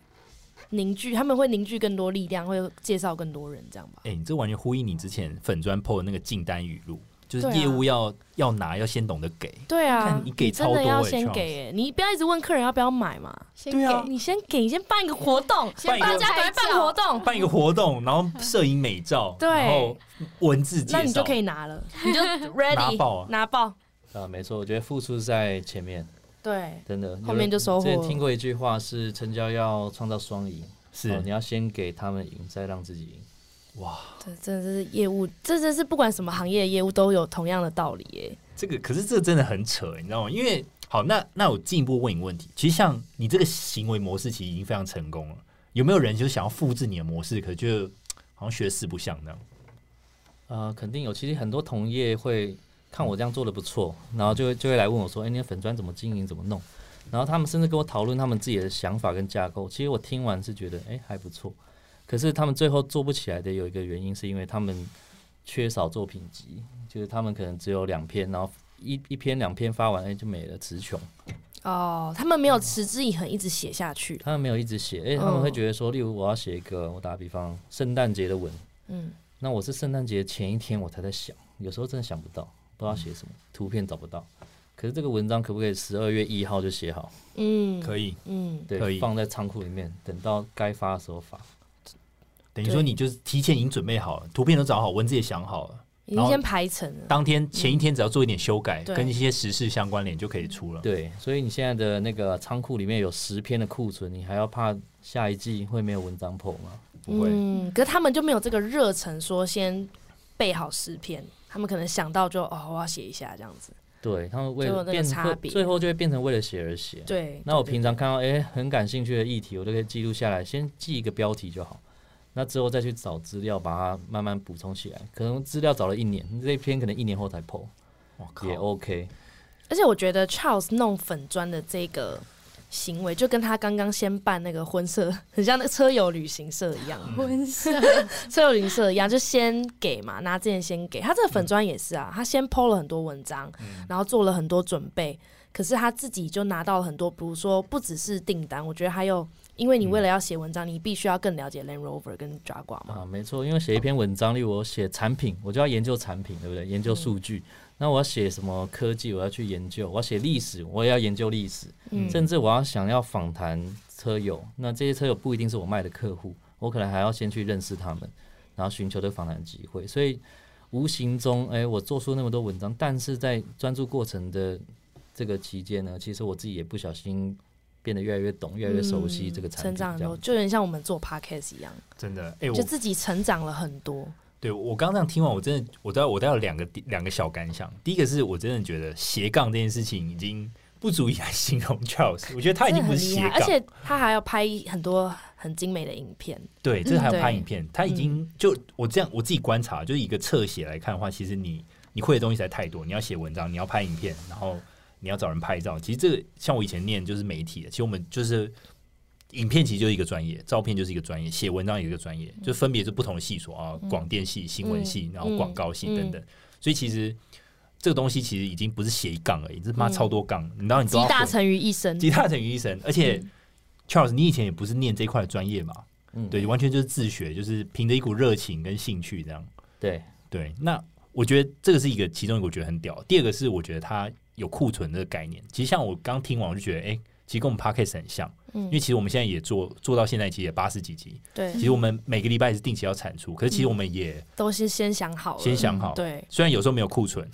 [SPEAKER 2] 凝聚，他们会凝聚更多力量，会介绍更多人，这样吧。
[SPEAKER 3] 哎、你这完全呼应你之前粉砖 PO 的那个进单语录，就是
[SPEAKER 2] 对啊
[SPEAKER 3] 业务要、要拿要先懂得给。
[SPEAKER 2] 对啊
[SPEAKER 3] 看，你给
[SPEAKER 2] 真
[SPEAKER 3] 超
[SPEAKER 2] 的
[SPEAKER 3] 多
[SPEAKER 2] 要
[SPEAKER 3] 欸
[SPEAKER 2] 先
[SPEAKER 3] Charles
[SPEAKER 2] 给欸、你不要一直问客人要不要买嘛。
[SPEAKER 1] 先
[SPEAKER 3] 对啊
[SPEAKER 1] 给
[SPEAKER 2] 你先给，你先办一个活 动，
[SPEAKER 1] 先
[SPEAKER 2] 大
[SPEAKER 1] 办
[SPEAKER 2] 家赶快办活动，
[SPEAKER 3] 办一个活动，然后摄影美照，
[SPEAKER 2] 对
[SPEAKER 3] 然后文字介绍，
[SPEAKER 2] 那你就可以拿 了，你就 ready
[SPEAKER 3] 拿爆啊
[SPEAKER 2] 拿爆
[SPEAKER 4] 啊，没错，我觉得付出是在前面，
[SPEAKER 2] 对，
[SPEAKER 4] 真的。
[SPEAKER 2] 后面就收获
[SPEAKER 4] 之前听过一句话是：成交要创造双赢，
[SPEAKER 3] 是、
[SPEAKER 4] 哦你要先给他们赢，再让自己赢。
[SPEAKER 3] 哇，
[SPEAKER 2] 这真的是业务，这真是不管什么行业的业务都有同样的道理耶、
[SPEAKER 3] 这个可是这真的很扯，你知道吗？因为好，那那我进一步问你问题，其实像你这个行为模式，其实已经非常成功了。有没有人就想要复制你的模式，可就好像学四不像那样？
[SPEAKER 4] 呃，肯定有。其实很多同业会看我这样做的不错，然后就会就会来问我说：“哎、你的粉砖怎么经营，怎么弄？”然后他们甚至跟我讨论他们自己的想法跟架构。其实我听完是觉得，哎、还不错。可是他们最后做不起来的有一个原因，是因为他们缺少作品集，就是他们可能只有两篇，然后一一篇两篇发完，哎、就没了，词穷。
[SPEAKER 2] 哦，他们没
[SPEAKER 3] 嗯
[SPEAKER 2] 有持之以恒，一直写下去。
[SPEAKER 4] 他们没有一直写，
[SPEAKER 2] 嗯
[SPEAKER 4] 哎、他们会觉得说，例如我要写一个，我打比方，圣诞节的文，
[SPEAKER 2] 嗯，
[SPEAKER 4] 那我是圣诞节前一天我才在想，有时候真的想不到，不知道写什么，
[SPEAKER 2] 嗯
[SPEAKER 4] 图片找不到。可是这个文章可不可以十二月一号就写好？
[SPEAKER 2] 嗯，
[SPEAKER 3] 可
[SPEAKER 2] 以，
[SPEAKER 3] 以，
[SPEAKER 2] 嗯，
[SPEAKER 3] 可以嗯
[SPEAKER 4] 对，放在仓库里面，等到该发的时候发。
[SPEAKER 3] 等于说你就是提前已经准备好了，图片都找好，文字也想好了，
[SPEAKER 2] 已经
[SPEAKER 3] 然后
[SPEAKER 2] 先排成了。
[SPEAKER 3] 当天前一天只要做一点修改，
[SPEAKER 2] 对嗯
[SPEAKER 3] 跟一些时事相关联就可以出了。
[SPEAKER 4] 对，所以你现在的那个仓库里面有十篇的库存，你还要怕下一季会没有文章破吗？
[SPEAKER 3] 不会
[SPEAKER 2] 嗯，可是他们就没有这个热忱，说先备好诗篇，他们可能想到就哦，我要写一下这样子。
[SPEAKER 4] 对他们为
[SPEAKER 2] 就有
[SPEAKER 4] 了
[SPEAKER 2] 那个
[SPEAKER 4] 变
[SPEAKER 2] 差
[SPEAKER 4] 会
[SPEAKER 2] 别
[SPEAKER 4] 最后就会变成为了写而写。
[SPEAKER 2] 对，
[SPEAKER 4] 那我
[SPEAKER 2] 对
[SPEAKER 4] 平常看到诶很感兴趣的议题，我都可以记录下来，先记一个标题就好。那之后再去找资料，把它慢慢补充起来。可能资料找了一年，这篇可能一年后才 PO
[SPEAKER 3] 我靠，
[SPEAKER 4] 也哦 OK。
[SPEAKER 2] 而且我觉得 Charles 弄粉砖的这个行为，就跟他刚刚先办那个婚社，很像那个车友旅行社一样，
[SPEAKER 1] 婚纱
[SPEAKER 2] 车友旅行社一样，就先给嘛，拿之前先给他这个粉砖也是啊，
[SPEAKER 4] 嗯
[SPEAKER 2] 他先 PO 了很多文章，然后做了很多准备，可是他自己就拿到了很多，比如说不只是订单，我觉得还有，因为你为了要写文章，你必须要更了解 Land Rover 跟 Jaguar 嘛，
[SPEAKER 4] 啊，没错，因为写一篇文章，例如我写产品，我就要研究产品，对不对？研
[SPEAKER 2] 嗯
[SPEAKER 4] 究数据。那我要写什么科技，我要去研究；我要写历史，我也要研究历史。
[SPEAKER 2] 嗯
[SPEAKER 4] 甚至我要想要访谈车友，那这些车友不一定是我卖的客户，我可能还要先去认识他们，然后寻求这个访谈机会。所以无形中，哎、我做出那么多文章，但是在专注过程的这个期间呢，其实我自己也不小心变得越来越懂，越来越熟悉这个产
[SPEAKER 2] 嗯
[SPEAKER 4] 品，
[SPEAKER 2] 成长很
[SPEAKER 4] 这样
[SPEAKER 2] 多，就有点像我们做 Podcast 一样，
[SPEAKER 3] 真的，哎、
[SPEAKER 2] 就
[SPEAKER 3] 我
[SPEAKER 2] 自己成长了很多。
[SPEAKER 3] 对我刚刚这样听完，我真的，我都我都有两个两个小感想。第一个是我真的觉得斜杠这件事情已经不足以来形容 Charles，我觉得他
[SPEAKER 4] 哎
[SPEAKER 3] 已
[SPEAKER 2] 真的
[SPEAKER 3] 经不
[SPEAKER 2] 很
[SPEAKER 3] 是
[SPEAKER 2] 厉
[SPEAKER 3] 斜
[SPEAKER 2] 害，
[SPEAKER 3] 杠，
[SPEAKER 2] 而且他还要拍很多很精美的影片。
[SPEAKER 3] 对，这还
[SPEAKER 2] 嗯
[SPEAKER 3] 有拍
[SPEAKER 2] 对嗯
[SPEAKER 3] 影片，他已经就我这样我自己观察，就是一个侧写来看的话，其实你你会的东西实在太多，你要写文章，你要拍影片，然后你要找人拍照。其实这个像我以前念就是媒体的，其实我们就是影片其实就是一个专业，照片就是一个专业，写文章也是一个专业，就分别是不同的系所
[SPEAKER 2] 嗯
[SPEAKER 3] 啊，广电系、新闻系，然后广告系等等。所以其实这个东西其实已经不是写一杠而已，这妈
[SPEAKER 2] 嗯
[SPEAKER 3] 超多杠，你知道你
[SPEAKER 2] 集
[SPEAKER 3] 都要
[SPEAKER 2] 大
[SPEAKER 3] 混
[SPEAKER 2] 成嗯于一身，
[SPEAKER 3] 集大成于一身，而且 Charles，你以前也不是念这块的专业嘛？
[SPEAKER 4] 嗯
[SPEAKER 3] 对，完全就是自学，就是凭着一股热情跟兴趣这样。
[SPEAKER 4] 对。
[SPEAKER 3] 对，那我觉得这个是一个其中一个我觉得很屌。第二个是我觉得它有库存的概念。其实像我刚听完，我就觉得，哎、其实跟我们 podcast 很像，因为其实我们现在也做做到现在，其实也八十几集。
[SPEAKER 2] 嗯对
[SPEAKER 3] 其，实我们每个礼拜也是定期要产出，可是其实我们也
[SPEAKER 2] 都是先想好了，
[SPEAKER 3] 先想好，
[SPEAKER 2] 嗯对，
[SPEAKER 3] 虽然有时候没有库存，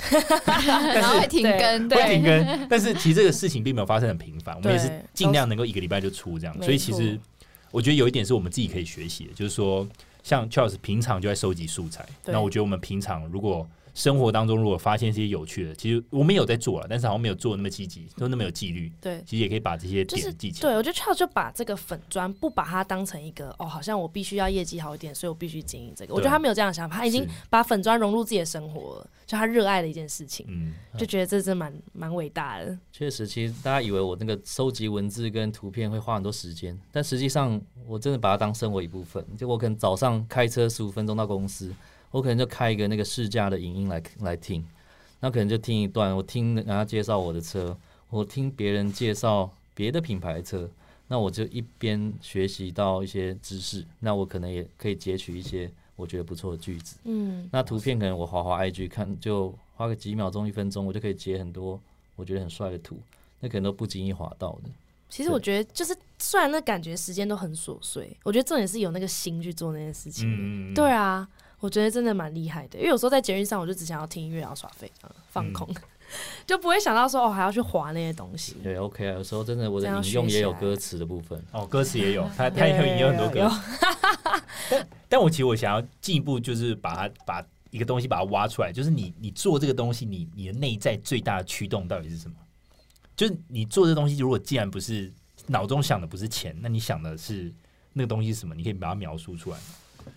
[SPEAKER 1] 然后会停更，
[SPEAKER 2] 对
[SPEAKER 3] 会 停更，但是其实这个事情并没有发生很频繁，我们也是
[SPEAKER 2] 对
[SPEAKER 3] 尽量能够一个礼拜就出这样。
[SPEAKER 2] 没
[SPEAKER 3] 所以其实
[SPEAKER 2] 错
[SPEAKER 3] 我觉得有一点是我们自己可以学习的，就是说，像 Charles 平常就在收集素材，
[SPEAKER 2] 对
[SPEAKER 3] 那我觉得我们平常如果生活当中如果发现一些有趣的，其实我们也有在做了，但是好像没有做那么积极，都那么有纪律，
[SPEAKER 2] 对。
[SPEAKER 3] 其实也可以把这些
[SPEAKER 2] 就是
[SPEAKER 3] 点记起来。
[SPEAKER 2] 对，我觉得 Charles 就把这个粉砖不把它当成一个哦，好像我必须要业绩好一点，所以我必须经营这个。我觉得他没有这样的想法，他已经
[SPEAKER 3] 啊是
[SPEAKER 2] 把粉砖融入自己的生活了，就他热爱的一件事情，
[SPEAKER 3] 嗯，
[SPEAKER 2] 就觉得这真蛮蛮伟大的。
[SPEAKER 4] 确实，其实大家以为我那个收集文字跟图片会花很多时间，但实际上我真的把它当生活一部分。就我可能早上开车十五分钟到公司，我可能就开一个那个试驾的影音来来听，那可能就听一段，我听人家介绍我的车，我听别人介绍别的品牌的车，那我就一边学习到一些知识，那我可能也可以截取一些我觉得不错的句子。
[SPEAKER 2] 嗯，
[SPEAKER 4] 那图片可能我滑滑 IG 看，就花个几秒钟、一分钟，我就可以截很多我觉得很帅的图，那可能都不经意滑到的。
[SPEAKER 2] 其实我觉得就是虽然那感觉时间都很琐碎，我觉得重点是有那个心去做那件事情的。
[SPEAKER 3] 嗯，
[SPEAKER 2] 对啊，我觉得真的蛮厉害的，因为有时候在节日上，我就只想要听音乐，然后耍废，嗯放空， 就不会想到说哦还要去划那些东西。
[SPEAKER 4] 对，OK 啊，有时候真的我
[SPEAKER 2] 这样
[SPEAKER 4] 的引用
[SPEAKER 2] 学
[SPEAKER 4] 也有
[SPEAKER 2] 起来
[SPEAKER 4] 歌词的部分。
[SPEAKER 3] 哦，歌词也有，他 他也有也有很多歌词。 但我其实我想要进一步就是把它把一个东西把它挖出来，就是你你做这个东西，你你的内在最大的驱动到底是什么？就是你做这东西，如果既然不是脑中想的不是钱，那你想的是那个东西是什么？你可以把它描述出来。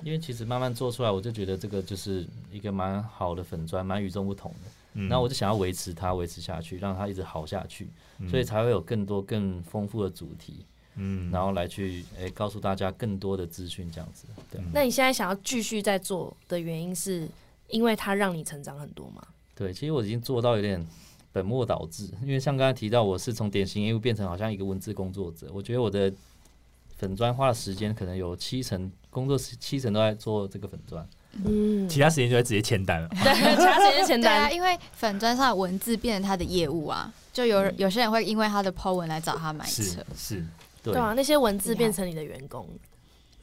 [SPEAKER 4] 因为其实慢慢做出来，我就觉得这个就是一个蛮好的粉砖，蛮与众不同的。
[SPEAKER 3] 嗯
[SPEAKER 4] 那我就想要维持它，维持下去，让它一直好下去，所以才会有更多更丰富的主题，
[SPEAKER 3] 嗯
[SPEAKER 4] 然后来去诶、告诉大家更多的资讯，这样子。对、啊
[SPEAKER 3] 嗯
[SPEAKER 2] 那你现在想要继续再做的原因，是因为它让你成长很多吗？
[SPEAKER 4] 对，其实我已经做到有点本末倒置，因为像刚才提到，我是从典型业务变成好像一个文字工作者，我觉得我的粉砖花的时间可能有七成工作时七成都在做这个粉砖。
[SPEAKER 2] 嗯，
[SPEAKER 3] 其他时间就在直接签单了。
[SPEAKER 2] 对，其他时间前
[SPEAKER 1] 对啊，
[SPEAKER 2] 单。
[SPEAKER 1] 因为粉砖上的文字变成他的业务啊，就有有些人会因为他的 po 文来找他买车
[SPEAKER 3] 嗯是。是，
[SPEAKER 4] 对
[SPEAKER 2] 对啊，那些文字
[SPEAKER 1] 厉害
[SPEAKER 2] 变成你的员工，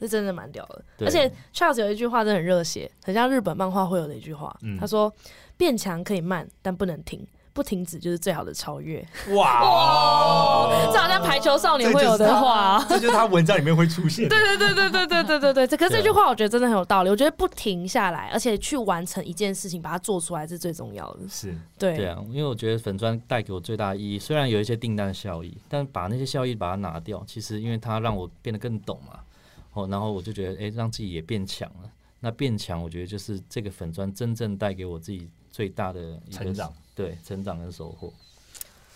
[SPEAKER 2] 这真的蛮屌的。
[SPEAKER 4] 对
[SPEAKER 2] 而且 Charles 有一句话真的很热血，很像日本漫画会有的一句话。
[SPEAKER 3] 嗯
[SPEAKER 2] 他说：“变强可以慢，但不能停，不停止就是最好的超越。
[SPEAKER 3] 哇，
[SPEAKER 2] 哦这好像排球少年会有的话、
[SPEAKER 3] 这就是他文章里面会出现的。
[SPEAKER 2] 对对对对对对对对对，可是这句话我觉得真的很有道理。我觉得不停下来，而且去完成一件事情，把它做出来是最重要的。
[SPEAKER 3] 是，
[SPEAKER 2] 对，
[SPEAKER 4] 对啊，因为我觉得粉砖带给我最大的意义，虽然有一些订单效益，但把那些效益把它拿掉，其实因为它让我变得更懂嘛，哦，然后我就觉得，诶，让自己也变强了。那变强，我觉得就是这个粉砖真正带给我自己最大的一个
[SPEAKER 3] 成长，
[SPEAKER 4] 对成长跟收获。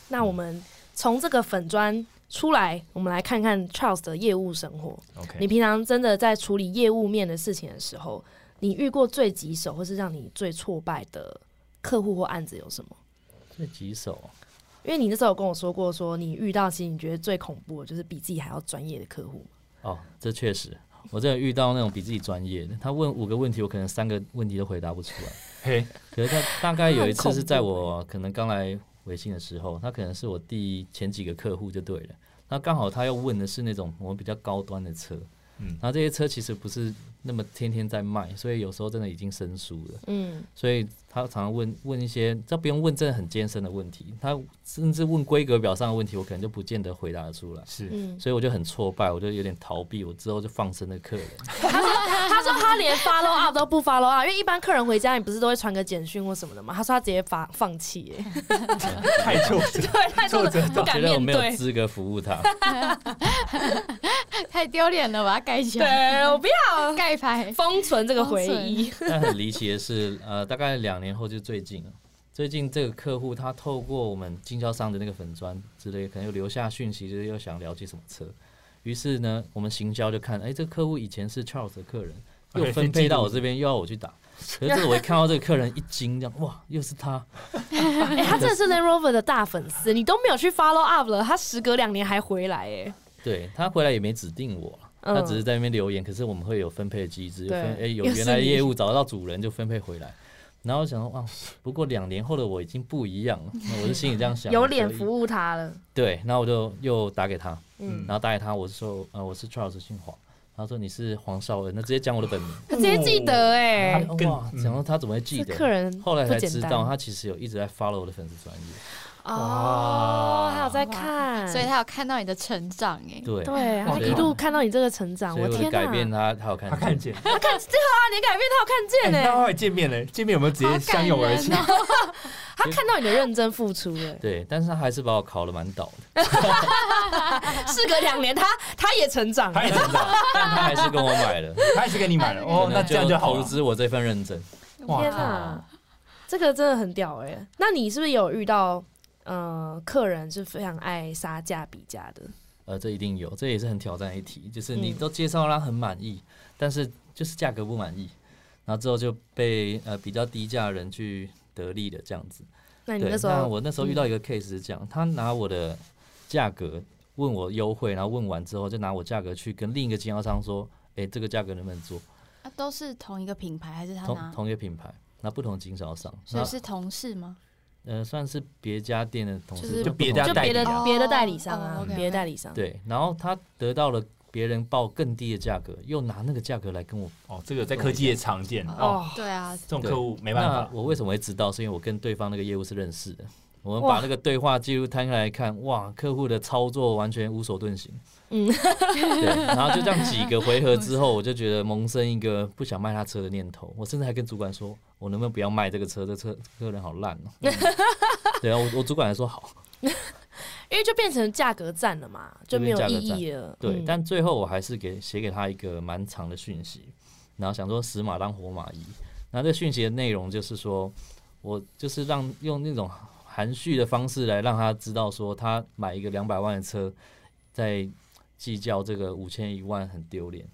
[SPEAKER 2] 那我们从这个粉砖出来，我们来看看 Charles 的业务生活。你
[SPEAKER 3] OK，
[SPEAKER 2] 平常真的在处理业务面的事情的时候，你遇过最棘手或是让你最挫败的客户或案子有什么？
[SPEAKER 4] 最棘手
[SPEAKER 2] 因为你那时候有跟我说过，说你遇到其实你觉得最恐怖的就是比自己还要专业的客户。
[SPEAKER 4] 哦，这确实，我真的遇到那种比自己专业的，他问五个问题，我可能三个问题都回答不出来。
[SPEAKER 3] 嘿，
[SPEAKER 4] 可是他大概有一
[SPEAKER 2] 很恐怖
[SPEAKER 4] 次
[SPEAKER 2] 欸
[SPEAKER 4] 是在我可能刚来微信的时候，他可能是我第前几个客户就对了。那刚好他要问的是那种我们比较高端的车，
[SPEAKER 3] 嗯
[SPEAKER 4] 嗯，然后这些车其实不是那么天天在卖，所以有时候真的已经生疏了。
[SPEAKER 2] 嗯，
[SPEAKER 4] 所以他常常问问一些，他不用问真的很艰深的问题，他甚至问规格表上的问题，我可能就不见得回答得出来。
[SPEAKER 3] 是
[SPEAKER 2] 嗯，
[SPEAKER 4] 所以我就很挫败，我就有点逃避，我之后就放生的 客人。
[SPEAKER 2] 他说他连 follow up 都不 follow up，因为一般客人回家你不是都会传个简讯或什么的吗？他说他直接放放弃耶，
[SPEAKER 3] 太挫折，
[SPEAKER 2] 对， 太多了，不
[SPEAKER 4] 我觉
[SPEAKER 2] 敢
[SPEAKER 4] 得我
[SPEAKER 2] 面
[SPEAKER 4] 没有
[SPEAKER 2] 对。
[SPEAKER 4] 资格服 务他。
[SPEAKER 1] 太丢脸了，把它盖起来，
[SPEAKER 2] 对，我不
[SPEAKER 3] 啊
[SPEAKER 2] 要
[SPEAKER 1] 盖 牌。
[SPEAKER 2] 封存这个回
[SPEAKER 1] 封存
[SPEAKER 2] 忆。
[SPEAKER 4] 但很离奇的是，呃，大概两年后就最近了。最近这个客户他透过我们经销商的那个粉砖之类，可能又留下讯息，就是又想了解什么车。于是呢，我们行销就看，哎、这个客户以前是 Charles 的客人，又
[SPEAKER 3] OK，
[SPEAKER 4] 分
[SPEAKER 3] 先
[SPEAKER 4] 配
[SPEAKER 3] 记
[SPEAKER 4] 到
[SPEAKER 3] 录
[SPEAKER 4] 我这边，又要我去打。可是这个我一看到这个客人一惊，这样哇，又是他。
[SPEAKER 2] 哎、他真的是 Land Rover 的大粉丝，你都没有去 follow up 了，他时隔两年还回来、哎，
[SPEAKER 4] 对他回来也没指定我，
[SPEAKER 2] 嗯
[SPEAKER 4] 他只是在那边留言，可是我们会有分配的机制，
[SPEAKER 2] 对
[SPEAKER 4] 分哎、有
[SPEAKER 2] 又是
[SPEAKER 4] 原来的
[SPEAKER 2] 你
[SPEAKER 4] 业务找到主人就分配回来。然后我想说哇，不过两年后的我已经不一样了，那我就心里这样 想，
[SPEAKER 2] 有脸
[SPEAKER 4] 所以
[SPEAKER 2] 服务他了。
[SPEAKER 4] 对，然后我就又打给他，
[SPEAKER 2] 嗯
[SPEAKER 4] 然后打给他，我是说呃我是 Charles 姓黄，他说你是黄少恩，那直接讲我的本名，
[SPEAKER 2] 他直接记得
[SPEAKER 1] 欸
[SPEAKER 2] 哎、
[SPEAKER 3] 他更
[SPEAKER 4] 哇，想说他怎么会记
[SPEAKER 2] 这
[SPEAKER 4] 得？
[SPEAKER 2] 客人
[SPEAKER 4] 后来才
[SPEAKER 2] 不简
[SPEAKER 4] 知
[SPEAKER 2] 单
[SPEAKER 4] 道，他其实有一直在 follow 我的粉丝专业，
[SPEAKER 2] 哦，他有在
[SPEAKER 3] 嗯
[SPEAKER 2] 看，
[SPEAKER 1] 所以他有看到你的成长哎、
[SPEAKER 4] 对，
[SPEAKER 2] 对，他
[SPEAKER 3] 哇
[SPEAKER 2] 一路看到你这个成长，
[SPEAKER 4] 所
[SPEAKER 2] 我
[SPEAKER 4] 以我
[SPEAKER 2] 天
[SPEAKER 4] 的
[SPEAKER 2] 哪！
[SPEAKER 4] 改变他，他有看
[SPEAKER 3] 他看见，
[SPEAKER 2] 他看对啊，你的改变他有看见
[SPEAKER 3] 哎
[SPEAKER 2] 哎、
[SPEAKER 3] 那后来见面了，见面有没有直接
[SPEAKER 1] 好
[SPEAKER 3] 相
[SPEAKER 1] 感
[SPEAKER 3] 拥而
[SPEAKER 1] 人
[SPEAKER 3] 泣？
[SPEAKER 1] 哦！
[SPEAKER 2] 他
[SPEAKER 4] 哎
[SPEAKER 2] 看到你的认真付出哎了。
[SPEAKER 4] 对，但是他还是把我考得蛮倒的。
[SPEAKER 2] 事隔两年，他他也成长
[SPEAKER 3] 他也知道，
[SPEAKER 4] 但他还是跟我买了。
[SPEAKER 3] 他也是跟你买了
[SPEAKER 4] 可
[SPEAKER 3] 哦，
[SPEAKER 4] 能
[SPEAKER 3] 那这样就好
[SPEAKER 4] 投
[SPEAKER 3] 了。
[SPEAKER 4] 资我这份认真。
[SPEAKER 3] 哇
[SPEAKER 2] 天
[SPEAKER 3] 靠
[SPEAKER 2] 哪，这个真的很屌哎、那你是不是有遇到呃客人是非常爱杀价比价的？
[SPEAKER 4] 呃，这一定有，这也是很挑战的一题，就是你
[SPEAKER 2] 嗯
[SPEAKER 4] 都介绍他很满意，但是就是价格不满意，然后之后就被呃比较低价的人去得利的这样子。
[SPEAKER 2] 那你
[SPEAKER 4] 对
[SPEAKER 2] 那，时
[SPEAKER 4] 那
[SPEAKER 2] 候嗯
[SPEAKER 4] 我那时候遇到一个 case 是这样，他拿我的价格问我优惠，然后问完之后就拿我价格去跟另一个经销商说，哎、这个价格能不能做？
[SPEAKER 1] 啊都是同一个品牌，还是他
[SPEAKER 4] 同
[SPEAKER 1] 拿？
[SPEAKER 4] 同一个品牌，那不同经销商，
[SPEAKER 1] 所
[SPEAKER 4] 那
[SPEAKER 1] 以是同事吗？
[SPEAKER 4] 呃算是别家店的同
[SPEAKER 2] 就
[SPEAKER 4] 事，
[SPEAKER 2] 是
[SPEAKER 4] 不同
[SPEAKER 3] 别家
[SPEAKER 2] 就
[SPEAKER 3] 代
[SPEAKER 2] 别的
[SPEAKER 3] 理
[SPEAKER 1] 啊
[SPEAKER 2] 别的代理商啊
[SPEAKER 1] 哦，，OK，OK
[SPEAKER 2] 别的代理商。
[SPEAKER 4] 哦对，然后他得到了别人报更低的价格，又拿那个价格来跟我。
[SPEAKER 3] 哦，这个在科技业常见哦，
[SPEAKER 2] 哦，
[SPEAKER 1] 对啊，
[SPEAKER 3] 这种
[SPEAKER 4] 对
[SPEAKER 3] 客户没办
[SPEAKER 4] 那
[SPEAKER 3] 法。
[SPEAKER 4] 我为什么会知道？是因为我跟对方那个业务是认识的。我们把那个对话记录摊开来看，哇，客户的操作完全无所遁形。
[SPEAKER 2] 嗯
[SPEAKER 4] 嗯，对。然后就这样几个回合之后，我就觉得萌生一个不想卖他车的念头。我甚至还跟主管说，我能不能不要嗯卖这个车？这车这客人好烂哦、对啊，我我主管还说好。
[SPEAKER 2] 因为就变成价格战了嘛，就没有意义了。
[SPEAKER 4] 对，
[SPEAKER 2] 嗯
[SPEAKER 4] 但最后我还是给写给他一个蛮长的讯息，然后想说死马当活马医。那这讯息的内容就是说，我就是让用那种含蓄的方式来让他知道，说他买一个两百万的车，在计较这个五千一万很丢脸。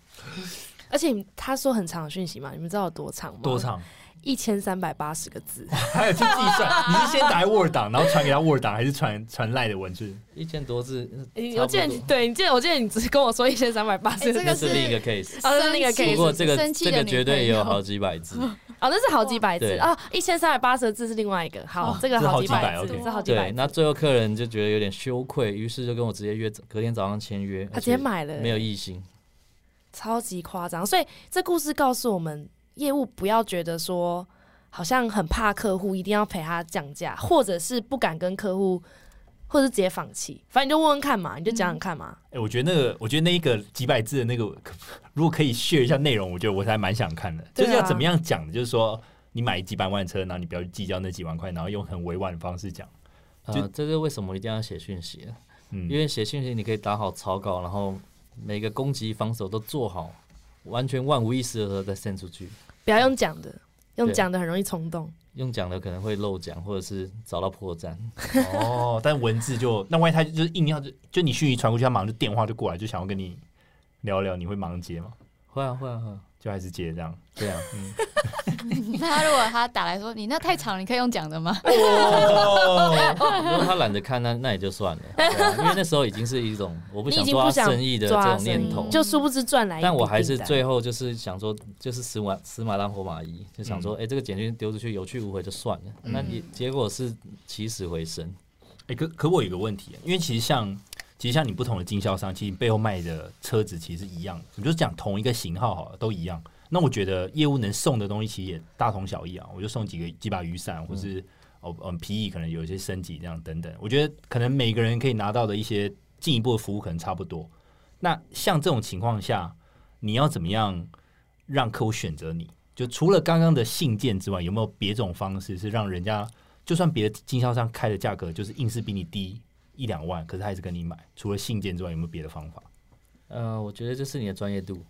[SPEAKER 2] 而且你他说很长的讯息嘛，你们知道有多长吗？
[SPEAKER 3] 多？长？
[SPEAKER 2] 一千三百八十个 字。
[SPEAKER 3] 还有去计算？你是先打开 Word 档，然后传给他 Word 档，还是传传赖的文字？
[SPEAKER 4] 一千多字，
[SPEAKER 2] 你
[SPEAKER 4] 差
[SPEAKER 2] 我
[SPEAKER 4] 不
[SPEAKER 2] 记得你
[SPEAKER 4] 多
[SPEAKER 2] 对你记得我记得你只是跟我说一千三百八十
[SPEAKER 1] 哎，这
[SPEAKER 4] 那
[SPEAKER 1] 个
[SPEAKER 4] 是另一个 case。
[SPEAKER 2] 哦，那个
[SPEAKER 1] 生气
[SPEAKER 2] 可以
[SPEAKER 4] 不过这个
[SPEAKER 1] 生气
[SPEAKER 4] 这
[SPEAKER 1] 的
[SPEAKER 4] 个
[SPEAKER 1] 女
[SPEAKER 4] 绝
[SPEAKER 1] 朋
[SPEAKER 4] 对也有
[SPEAKER 1] 友
[SPEAKER 4] 好几百字，
[SPEAKER 2] 哦，那是好几百字
[SPEAKER 4] 对
[SPEAKER 2] 啊，一千三百八十字是另外一个，
[SPEAKER 1] 哦
[SPEAKER 2] 好，这个
[SPEAKER 3] 这好
[SPEAKER 2] 几
[SPEAKER 3] 几百
[SPEAKER 2] 字，
[SPEAKER 3] ，OK
[SPEAKER 2] 这好几百
[SPEAKER 4] 对，
[SPEAKER 2] 字，
[SPEAKER 4] 那最后客人就觉得有点羞愧，于是就跟我直接约，隔天早上签约，
[SPEAKER 2] 他直接，买了，
[SPEAKER 4] 没有异心。
[SPEAKER 2] 超级夸张。所以这故事告诉我们，业务不要觉得说好像很怕客户，一定要陪他降价，或者是不敢跟客户，或者是直接放弃。反正你就问问看嘛，你就讲讲看嘛。
[SPEAKER 3] 哎、我觉得那个，我觉得那一个几百字的那个，如果可以 share 一下内容，我觉得我才蛮想看的。
[SPEAKER 2] 对啊
[SPEAKER 3] 就是要怎么样讲的，就是说你买几百万的车，然后你不要去计较那几万块，然后用很委婉的方式讲。就
[SPEAKER 4] 呃，这是为什么一定要写讯息啊？
[SPEAKER 3] 嗯，
[SPEAKER 4] 因为写讯息你可以打好草稿，然后每个攻击防守都做好，完全万无一失的时候再 send 出去。
[SPEAKER 2] 不要用讲的，用
[SPEAKER 4] 对
[SPEAKER 2] 讲的很容易冲动。
[SPEAKER 4] 用讲的可能会漏讲，或者是找到破绽。
[SPEAKER 3] 哦，但文字就那万一他就是硬要就就你讯息传过去，他马上就电话就过来，就想要跟你聊聊，你会忙接吗？
[SPEAKER 4] 会啊，会啊，会啊，
[SPEAKER 3] 就还是接这样？
[SPEAKER 4] 对啊，
[SPEAKER 2] 嗯
[SPEAKER 1] 他如果他打来说你那太长，你可以用讲的吗？
[SPEAKER 4] 哦如果他懒得看，那那也就算 了，对啊因为那时候已经是一种我不
[SPEAKER 2] 你已
[SPEAKER 4] 想
[SPEAKER 2] 经不
[SPEAKER 4] 抓
[SPEAKER 2] 想
[SPEAKER 4] 生意的这
[SPEAKER 2] 抓
[SPEAKER 4] 种
[SPEAKER 2] 生
[SPEAKER 4] 念
[SPEAKER 1] 意
[SPEAKER 4] 头
[SPEAKER 1] 嗯。
[SPEAKER 2] 就殊不知赚来一笔订单，
[SPEAKER 4] 但我还是最后就是想说，就是死马死马当活马医，就想说，哎、这个简讯丢出去有去无回就算了。那也结果是起死回生，
[SPEAKER 3] 哎、可可我有个问题，因为其实像其实像你不同的经销商，其实背后卖的车子其实是一样的，我们就讲同一个型号好了，都一样。那我觉得业务能送的东西其实也大同小异啊，我就送几个几把雨伞，或是哦嗯皮椅，可能有一些升级这样等等。我觉得可能每个人可以拿到的一些进一步的服务可能差不多。那像这种情况下，你要怎么样让客户选择你？就除了刚刚的信件之外，有没有别种方式是让人家就算别的经销商开的价格就是硬是比你低一两万，可是他还是跟你买？除了信件之外，有没有别的方法？
[SPEAKER 4] 呃，我觉得这是你的专业度，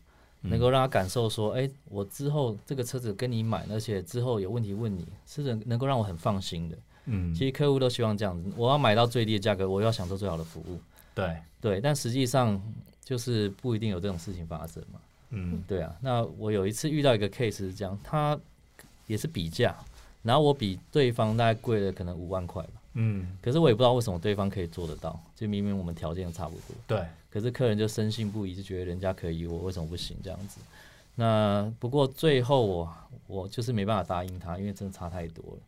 [SPEAKER 4] 能够让他感受说，哎、我之后这个车子跟你买，而且之后有问题问你，是能能够让我很放心的。
[SPEAKER 3] 嗯，
[SPEAKER 4] 其实客户都希望这样子，我要买到最低的价格，我要享受最好的服务。
[SPEAKER 3] 对，
[SPEAKER 4] 对，但实际上就是不一定有这种事情发生嘛。
[SPEAKER 3] 嗯
[SPEAKER 4] 对啊，那我有一次遇到一个 case 是这样，他也是比价，然后我比对方大概贵了可能五万块吧，
[SPEAKER 3] 嗯，
[SPEAKER 4] 可是我也不知道为什么对方可以做得到，就明明我们条件差不多，
[SPEAKER 3] 对，
[SPEAKER 4] 可是客人就深信不疑，就觉得人家可以，我为什么不行这样子？那不过最后我我就是没办法答应他，因为真的差太多了。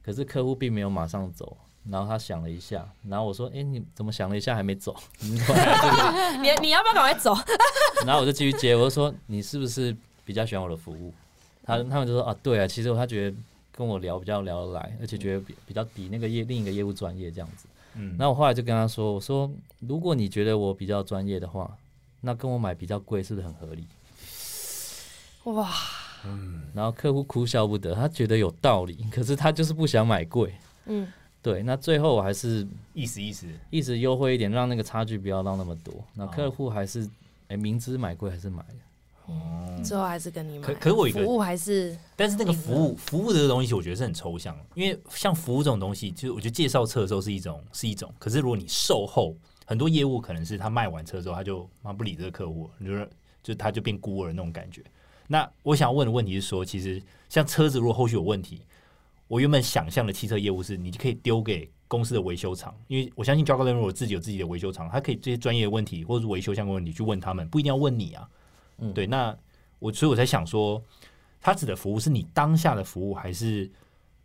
[SPEAKER 4] 可是客户并没有马上走，然后他想了一下，然后我说：“哎、你怎么想了一下还没走？”
[SPEAKER 2] 你你要不要赶快走？
[SPEAKER 4] 然后我就继续接，我就说你是不是比较喜欢我的服务？他他们就说啊，对啊，其实他觉得跟我聊比较聊得来，而且觉得比比较比那个业另一个业务专业这样子。
[SPEAKER 3] 嗯，
[SPEAKER 4] 那我后来就跟他说，我说如果你觉得我比较专业的话，那跟我买比较贵是不是很合理？
[SPEAKER 2] 哇，
[SPEAKER 4] 然后客户哭笑不得，他觉得有道理， 可是他就是不想买贵。
[SPEAKER 2] 嗯，
[SPEAKER 4] 对，那最后我还是
[SPEAKER 3] 意思意思，
[SPEAKER 4] 一直优惠一点，让那个差距不要到那么多。那
[SPEAKER 3] 哦
[SPEAKER 4] 客户还是哎、明知买贵还是买了。
[SPEAKER 2] 最后还是跟你买。
[SPEAKER 3] 可可我有一个
[SPEAKER 2] 服务还是
[SPEAKER 3] 但是那个服务服务的东西，我觉得是很抽象，因为像服务这种东西，就是我觉得介绍车的时候是一种是一种，可是如果你售后，很多业务可能是他卖完车之后，他就妈不理这个客户了，你就是就他就变孤儿那种感觉。那我想问的问题是说，其实像车子如果后续有问题，我原本想象的汽车业务是，你可以丢给公司的维修厂，因为我相信 j o g l e n 如果自己有自己的维修厂，他可以这些专业的问题或者是维修相关问题去问他们，不一定要问你啊。
[SPEAKER 4] 嗯
[SPEAKER 3] 对，那我所以我才想说，他指的服务是你当下的服务，还是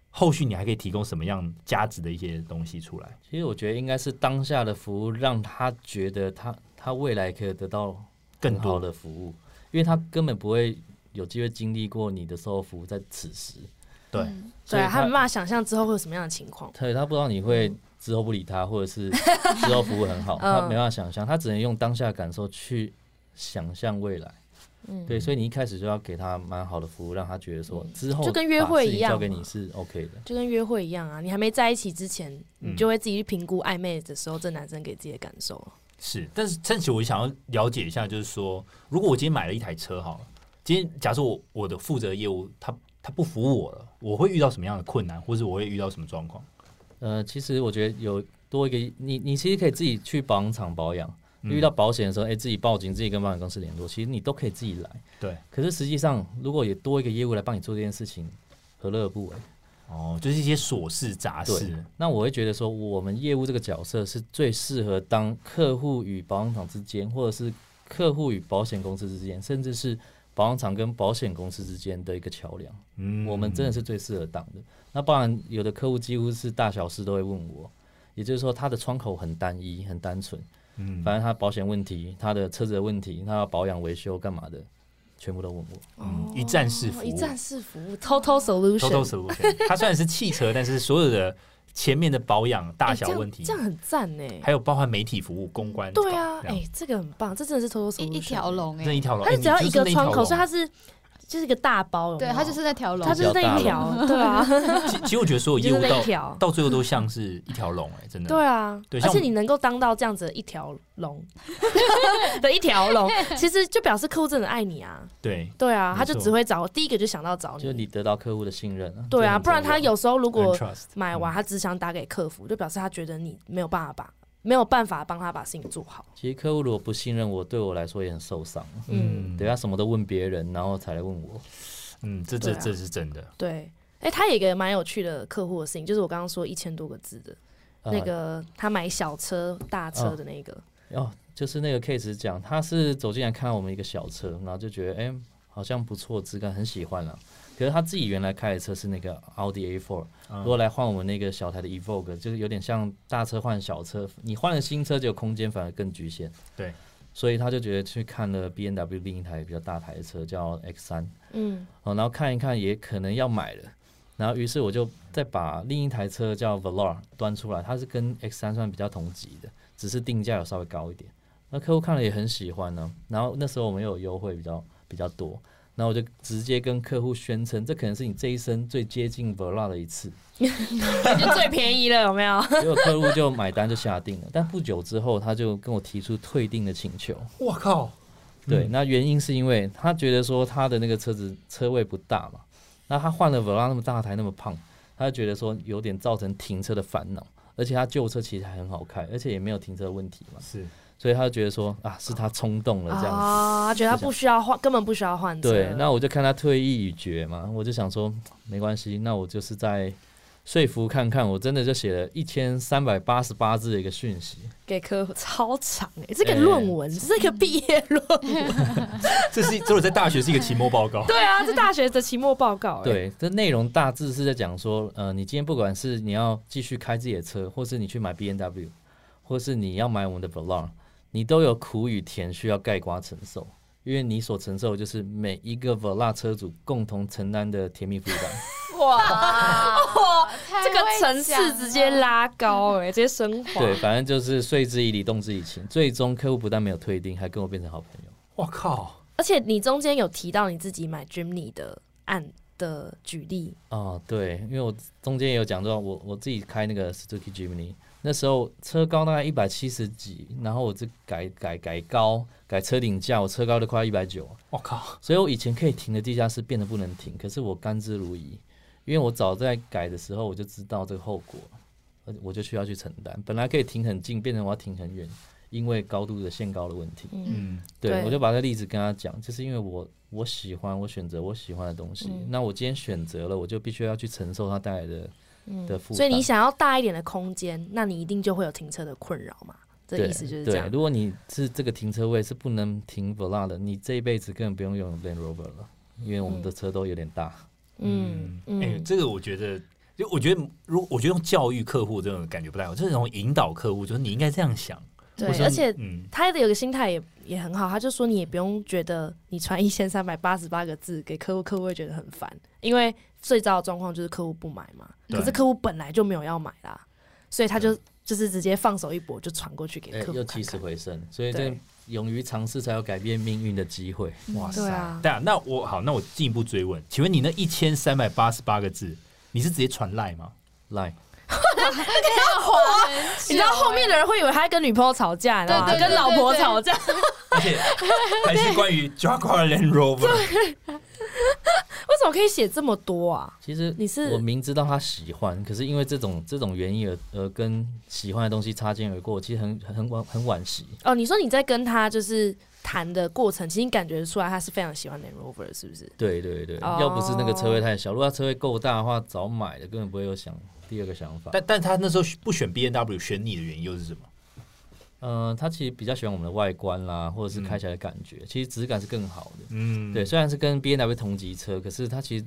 [SPEAKER 3] 后续你还可以提供什么样价值的一些东西出来？
[SPEAKER 4] 其实我觉得应该是当下的服务，让他觉得他他未来可以得到
[SPEAKER 3] 更
[SPEAKER 4] 很好
[SPEAKER 3] 多
[SPEAKER 4] 的服务，因为他根本不会有机会经历过你的售后服务在此时，
[SPEAKER 3] 对，
[SPEAKER 2] 对
[SPEAKER 4] 所以
[SPEAKER 2] 啊，他
[SPEAKER 4] 他
[SPEAKER 2] 没办法想象之后会有什么样的情况。
[SPEAKER 4] 所以他不知道你会之后不理他，或者是 之后服务很好，他
[SPEAKER 2] 嗯
[SPEAKER 4] 没办法想象，他只能用当下的感受去想象未来。
[SPEAKER 2] 嗯，
[SPEAKER 4] 对，所以你一开始就要给他蛮好的服务，让他觉得说之后
[SPEAKER 2] 就跟约会一样
[SPEAKER 4] 把事情交给
[SPEAKER 2] 嘛
[SPEAKER 4] 你是 OK 的。
[SPEAKER 2] 就跟约会一样啊，你还没在一起之前，
[SPEAKER 3] 嗯
[SPEAKER 2] 你就会自己去评估暧昧的时候这男生给自己的感受。啊
[SPEAKER 3] 是，但是趁此我想要了解一下，就是说，如果我今天买了一台车好了，今天假设我我的负责业务他他不服务我了，我会遇到什么样的困难，或者我会遇到什么状况？
[SPEAKER 4] 呃，其实我觉得有多一个，你你其实可以自己去保养厂保养。遇到保险的时候，哎、自己报警，自己跟保险公司联络，其实你都可以自己来。
[SPEAKER 3] 对，
[SPEAKER 4] 可是实际上，如果有多一个业务来帮你做这件事情，何乐而不为？
[SPEAKER 3] 哦，就是一些琐事杂事
[SPEAKER 4] 对，那我会觉得说，我们业务这个角色是最适合当客户与保养厂之间，或者是客户与保险公司之间，甚至是保养厂跟保险公司之间的一个桥梁。
[SPEAKER 3] 嗯
[SPEAKER 4] 我们真的是最适合当的。那当然，有的客户几乎是大小事都会问我，也就是说他的窗口很单一、很单纯，
[SPEAKER 3] 嗯
[SPEAKER 4] 反正他保险问题、他的车子的问题、他要保养维修干嘛的，全部都问我。
[SPEAKER 3] 嗯一站式服务，
[SPEAKER 2] 哦一站式服务，total solution，
[SPEAKER 3] 偷偷 solution。它虽然是汽车，但是所有的前面的保养大小问题
[SPEAKER 2] 哎这，样这样很赞呢。
[SPEAKER 3] 还有包含媒体服务、公关，
[SPEAKER 2] 对啊，
[SPEAKER 3] 这样
[SPEAKER 2] 哎、这个很棒，这真的是 total solution，
[SPEAKER 1] 一一条，龙哎、
[SPEAKER 3] 那一条龙，
[SPEAKER 2] 它
[SPEAKER 3] 哎
[SPEAKER 2] 是只要
[SPEAKER 3] 你
[SPEAKER 2] 一
[SPEAKER 3] 就是
[SPEAKER 2] 个
[SPEAKER 3] 那
[SPEAKER 2] 窗口，
[SPEAKER 3] 龙
[SPEAKER 2] 所以它是就是一个大包有没有，
[SPEAKER 1] 对，它就是那条龙
[SPEAKER 2] 它。就是那一条，对啊，
[SPEAKER 3] 其其实我觉得所 有
[SPEAKER 2] 就
[SPEAKER 3] 业
[SPEAKER 2] 是
[SPEAKER 3] 务
[SPEAKER 2] 那一
[SPEAKER 3] 到
[SPEAKER 2] 条，
[SPEAKER 3] 到最后都像是一条龙，哎，真的。
[SPEAKER 2] 对啊，
[SPEAKER 3] 对
[SPEAKER 2] 而
[SPEAKER 3] 像
[SPEAKER 2] 且
[SPEAKER 3] 我
[SPEAKER 2] 你能够当到这样子的一条 龙的一条 龙，其实就表示客户真的爱你啊，
[SPEAKER 3] 对
[SPEAKER 2] 对啊，
[SPEAKER 3] 没
[SPEAKER 2] 他就
[SPEAKER 3] 错
[SPEAKER 2] 只会找第一个就想到找
[SPEAKER 4] 就是你
[SPEAKER 2] 你，
[SPEAKER 4] 得到客户的信任啊。
[SPEAKER 2] 哦对啊，
[SPEAKER 4] 这很重要
[SPEAKER 2] 不然他有时候如
[SPEAKER 3] 很
[SPEAKER 2] 果
[SPEAKER 3] trust，
[SPEAKER 2] 买完他只想打给客服，就表示他觉得你没有办法把没有办法帮他把事情做好，
[SPEAKER 4] 其实客户如果不信任我，对我来说也很受伤。
[SPEAKER 2] 嗯，
[SPEAKER 4] 对他什么都问别人，然后才来问我。
[SPEAKER 3] 嗯，这这
[SPEAKER 2] 对啊
[SPEAKER 3] 这是真的，
[SPEAKER 2] 对。哎、他有一个蛮有趣的客户的事情，就是我刚刚说一千多个字的、
[SPEAKER 4] 呃
[SPEAKER 2] 那个，他买小车、大车
[SPEAKER 4] 哦
[SPEAKER 2] 的那个，
[SPEAKER 4] 哦，就是那个 case 讲，他是走进来看到我们一个小车，然后就觉得哎、好像不错，质感很喜欢了。可是他自己原来开的车是那个奥迪 A4，、如果来换我们那个小台的 Evoque，就是有点像大车换小车，你换了新车，就有空间反而更局限。
[SPEAKER 3] 对，
[SPEAKER 4] 所以他就觉得去看了 B N W 另一台比较大台的车叫 X 三，
[SPEAKER 2] 嗯，
[SPEAKER 4] 哦，然后看一看也可能要买了，然后于是我就再把另一台车叫 Velar 端出来，它是跟 X 三算比较同级的，只是定价有稍微高一点。那客户看了也很喜欢呢、然后那时候我们又有优惠比较比较多，然后我就直接跟客户宣称，这可能是你这一生最接近 Velar 的一次。
[SPEAKER 2] 就最便宜了，有没有？
[SPEAKER 4] 结果客户就买单就下定了，但不久之后他就跟我提出退订的请求。
[SPEAKER 3] 我靠，
[SPEAKER 4] 对，那原因是因为他觉得说他的那个车子车位不大嘛，那他换了 v e l a 那么大台那么胖，他就觉得说有点造成停车的烦恼，而且他旧车其实还很好开，而且也没有停车问题嘛，
[SPEAKER 3] 是
[SPEAKER 4] 所以他就觉得说啊是他冲动了这样子。
[SPEAKER 2] 啊，他觉得他不需要换，根本不需要换车。
[SPEAKER 4] 对，那我就看他退意已决嘛，我就想说嗯没关系，那我就是在说服看看，我真的就写了一千三百八十八字的一个讯息，
[SPEAKER 2] 给客户超长哎、欸，这个论文、这是一个毕业论文，
[SPEAKER 3] 这是这是我在大学是一个期末 报告，
[SPEAKER 2] 对啊，这大学的期末报告、欸，，
[SPEAKER 4] 对，这内容大致是在讲说，呃，你今天不管是你要继续开自己的车，或是你去买 B N W，或是你要买我们的 Velar，你都有苦与甜需要盖瓜承受，因为你所承受的就是每一个 Velar 车主共同承担的甜蜜负担。
[SPEAKER 1] 哇，
[SPEAKER 2] 哦 这个层
[SPEAKER 1] 啊
[SPEAKER 2] 次直接拉高哎、欸，直接升华。
[SPEAKER 4] 对，反正就是睡之以理，动之以情。最终客户不但没有退订，还跟我变成好朋友。
[SPEAKER 3] 我靠，
[SPEAKER 2] 而且你中间有提到你自己买 Jimny 的案的举例，
[SPEAKER 4] 哦，对，因为我中间也有讲到我我自己开那个 Suzuki Jimny，那时候车高大概一百七十几，然后我这改改改高，改车顶架，我车高都快一百九，
[SPEAKER 3] 我靠，
[SPEAKER 4] 所以我以前可以停的地下室变得不能停，可是我甘之如饴，因为我早在改的时候我就知道这个后果，而我就需要去承担。本来可以停很近，变成我要停很远，因为高度的限高的问题。
[SPEAKER 3] 嗯，
[SPEAKER 4] 对，
[SPEAKER 2] 对
[SPEAKER 4] 我就把这例子跟他讲，就是因为我我喜欢，我选择我喜欢的东西，
[SPEAKER 2] 嗯
[SPEAKER 4] 那我今天选择了，我就必须要去承受它带来的、
[SPEAKER 2] 嗯
[SPEAKER 4] 的负担。
[SPEAKER 2] 所以你想要大一点的空间，那你一定就会有停车的困扰嘛。这
[SPEAKER 4] 对
[SPEAKER 2] 意思就是这
[SPEAKER 4] 对，
[SPEAKER 2] 样。
[SPEAKER 4] 如果你是这个停车位是不能停 Vela 的，你这一辈子根本不用用 Land Rover 了，因为我们的车都有点大。
[SPEAKER 2] 嗯嗯，
[SPEAKER 3] 哎，这个我觉得。就我觉得，如我觉得用教育客户这种感觉不太好，就是那种引导客户，就是你应该这样想。
[SPEAKER 2] 对
[SPEAKER 3] 或，者
[SPEAKER 2] 而且
[SPEAKER 3] 嗯，
[SPEAKER 2] 他的有个心态也也很好，他就说你也不用觉得你传一千三百八十八个字给客户，客户会觉得很烦，因为最糟的状况就是客户不买嘛，
[SPEAKER 3] 对
[SPEAKER 2] 可是客户本来就没有要买啦，所以他就就是直接放手一搏就传过去给
[SPEAKER 4] 哎
[SPEAKER 2] 客户
[SPEAKER 4] 又
[SPEAKER 2] 看
[SPEAKER 4] 起死
[SPEAKER 2] 看。
[SPEAKER 4] 回生，所以这
[SPEAKER 2] 对
[SPEAKER 4] 勇于尝试才有改变命运的机会。
[SPEAKER 3] 哇
[SPEAKER 2] 对啊，
[SPEAKER 3] 对啊，那我好，那我进一步追问，请问你那一千三百八十八个字，你是直接传赖吗？
[SPEAKER 4] 来，
[SPEAKER 2] 你知道后面的人会以为他跟女朋友吵架，然后
[SPEAKER 1] 对对对
[SPEAKER 2] 跟老婆
[SPEAKER 1] 对对
[SPEAKER 2] 吵 架，
[SPEAKER 3] 而且还是关于 Jaguar Land Rover，
[SPEAKER 2] 为什么可以写这么多啊？
[SPEAKER 4] 其实
[SPEAKER 2] 你是
[SPEAKER 4] 我明知道他喜欢，可是因为这种这种原因而而跟喜欢的东西擦肩而过，其实很很惋很惋惜。
[SPEAKER 2] 哦，你说你在跟他就是谈的过程，其实你感觉出来他是非常喜欢 Land Rover，的是不是？
[SPEAKER 4] 对对对，
[SPEAKER 2] 哦
[SPEAKER 4] 要不是那个车位太小，如果他车位够大的话，早买了，根本不会有想第二个想法。
[SPEAKER 3] 但但他那时候不选 B N W，选你的原因又是什么？
[SPEAKER 4] 呃，他其实比较喜欢我们的外观啦，或者是开起来的感觉，其实质感是更好的。
[SPEAKER 3] 嗯，
[SPEAKER 4] 对，虽然是跟 B N W 同级车，可是它其实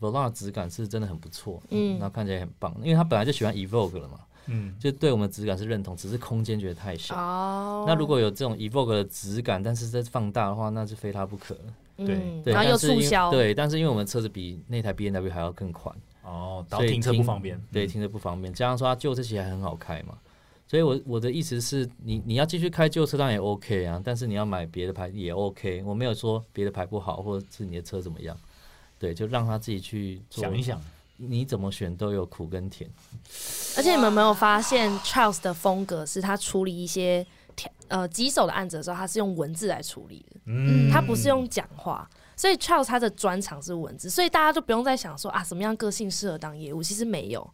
[SPEAKER 4] Volan 的质感是真的很不错，
[SPEAKER 2] 嗯
[SPEAKER 4] 嗯，然后看起来也很棒，因为他本来就喜欢 Evoque 了嘛，
[SPEAKER 3] 嗯，
[SPEAKER 4] 就对我们的质感是认同，只是空间觉得太小。
[SPEAKER 2] 哦
[SPEAKER 4] 那如果有这种 Evoque 的质感，但是再放大的话，那是非它不可了。
[SPEAKER 2] 嗯
[SPEAKER 4] 对，
[SPEAKER 2] 然后又
[SPEAKER 4] 但是因
[SPEAKER 2] 促
[SPEAKER 4] 为
[SPEAKER 2] 销，，
[SPEAKER 4] 对，但是因为我们车子比那台 B N W 还要更宽，
[SPEAKER 3] 哦，然
[SPEAKER 4] 所
[SPEAKER 3] 后
[SPEAKER 4] 以
[SPEAKER 3] 停车不方便，嗯
[SPEAKER 4] 对，停车不方便，加上说它旧车其实还很好开嘛，所以我我的意思是你你要继续开旧车当然也 OK 啊，但是你要买别的牌也 OK，我没有说别的牌不好，或者是你的车怎么样，对，就让他自己去做
[SPEAKER 3] 想一，想，
[SPEAKER 4] 你怎么选都有苦跟甜，
[SPEAKER 2] 而且你们有没有发现 Charles 的风格是他处理一些条呃棘手的案子的时候，他是用文字来处理的，
[SPEAKER 3] 嗯，
[SPEAKER 2] 他不是用讲话。所以 Charles 他的专长是文字，所以大家就不用再想说啊什么样个性适合当业务，其实没有，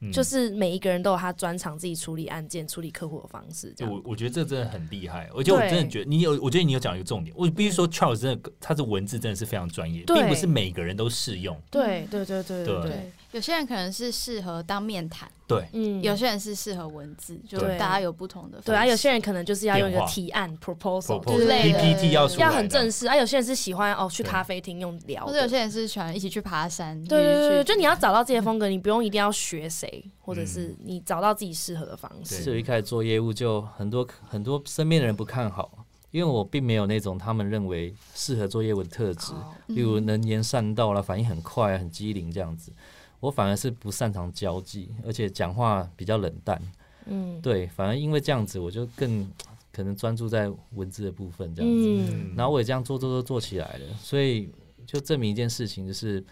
[SPEAKER 3] 嗯
[SPEAKER 2] 就是每一个人都有他专长，自己处理案件、处理客户的方式这
[SPEAKER 3] 对
[SPEAKER 2] 样。
[SPEAKER 3] 我我觉得这真的很厉害，而且我真的
[SPEAKER 2] 对
[SPEAKER 3] 觉得你有，我觉得你有讲一个重点，我必须说 Charles 真的他的文字真的是非常专业，
[SPEAKER 2] 对
[SPEAKER 3] 并不是每个人都适用。
[SPEAKER 2] 对对对对
[SPEAKER 3] 对
[SPEAKER 2] 对，
[SPEAKER 1] 有些人可能是适合当面谈，
[SPEAKER 3] 对，
[SPEAKER 2] 嗯
[SPEAKER 1] 有些人是适合文字，就
[SPEAKER 2] 对
[SPEAKER 1] 大家有不同的。
[SPEAKER 2] 对啊，有些人可能就是要用一
[SPEAKER 3] 电
[SPEAKER 2] 个
[SPEAKER 3] 话
[SPEAKER 2] 提案 proposal，
[SPEAKER 1] 之类的
[SPEAKER 3] PPT 要出来
[SPEAKER 2] 要很
[SPEAKER 3] 这样
[SPEAKER 2] 正式啊。有些人是喜欢哦去
[SPEAKER 3] 对
[SPEAKER 2] 咖啡厅用聊
[SPEAKER 1] 或
[SPEAKER 2] 的，
[SPEAKER 1] 者有些人是喜欢一起去爬山，
[SPEAKER 2] 对对对对，
[SPEAKER 1] 一起
[SPEAKER 2] 就你
[SPEAKER 3] 嗯
[SPEAKER 2] 要找到自己的风格，你不用一定要学谁，或者是你找到自己适合的方式。
[SPEAKER 4] 所以一开始做业务就很多很多身边的人不看好，因为我并没有那种他们认为适合做业务的特质。
[SPEAKER 2] 哦
[SPEAKER 4] 例如能言善道啦，反应很快、啊很机灵这样子。我反而是不擅长交际，而且讲话比较冷淡。
[SPEAKER 2] 嗯
[SPEAKER 4] 对，反而因为这样子，我就更可能专注在文字的部分这样子。
[SPEAKER 2] 嗯，
[SPEAKER 4] 然后我也这样做做做做起来了，所以就证明一件事情，就是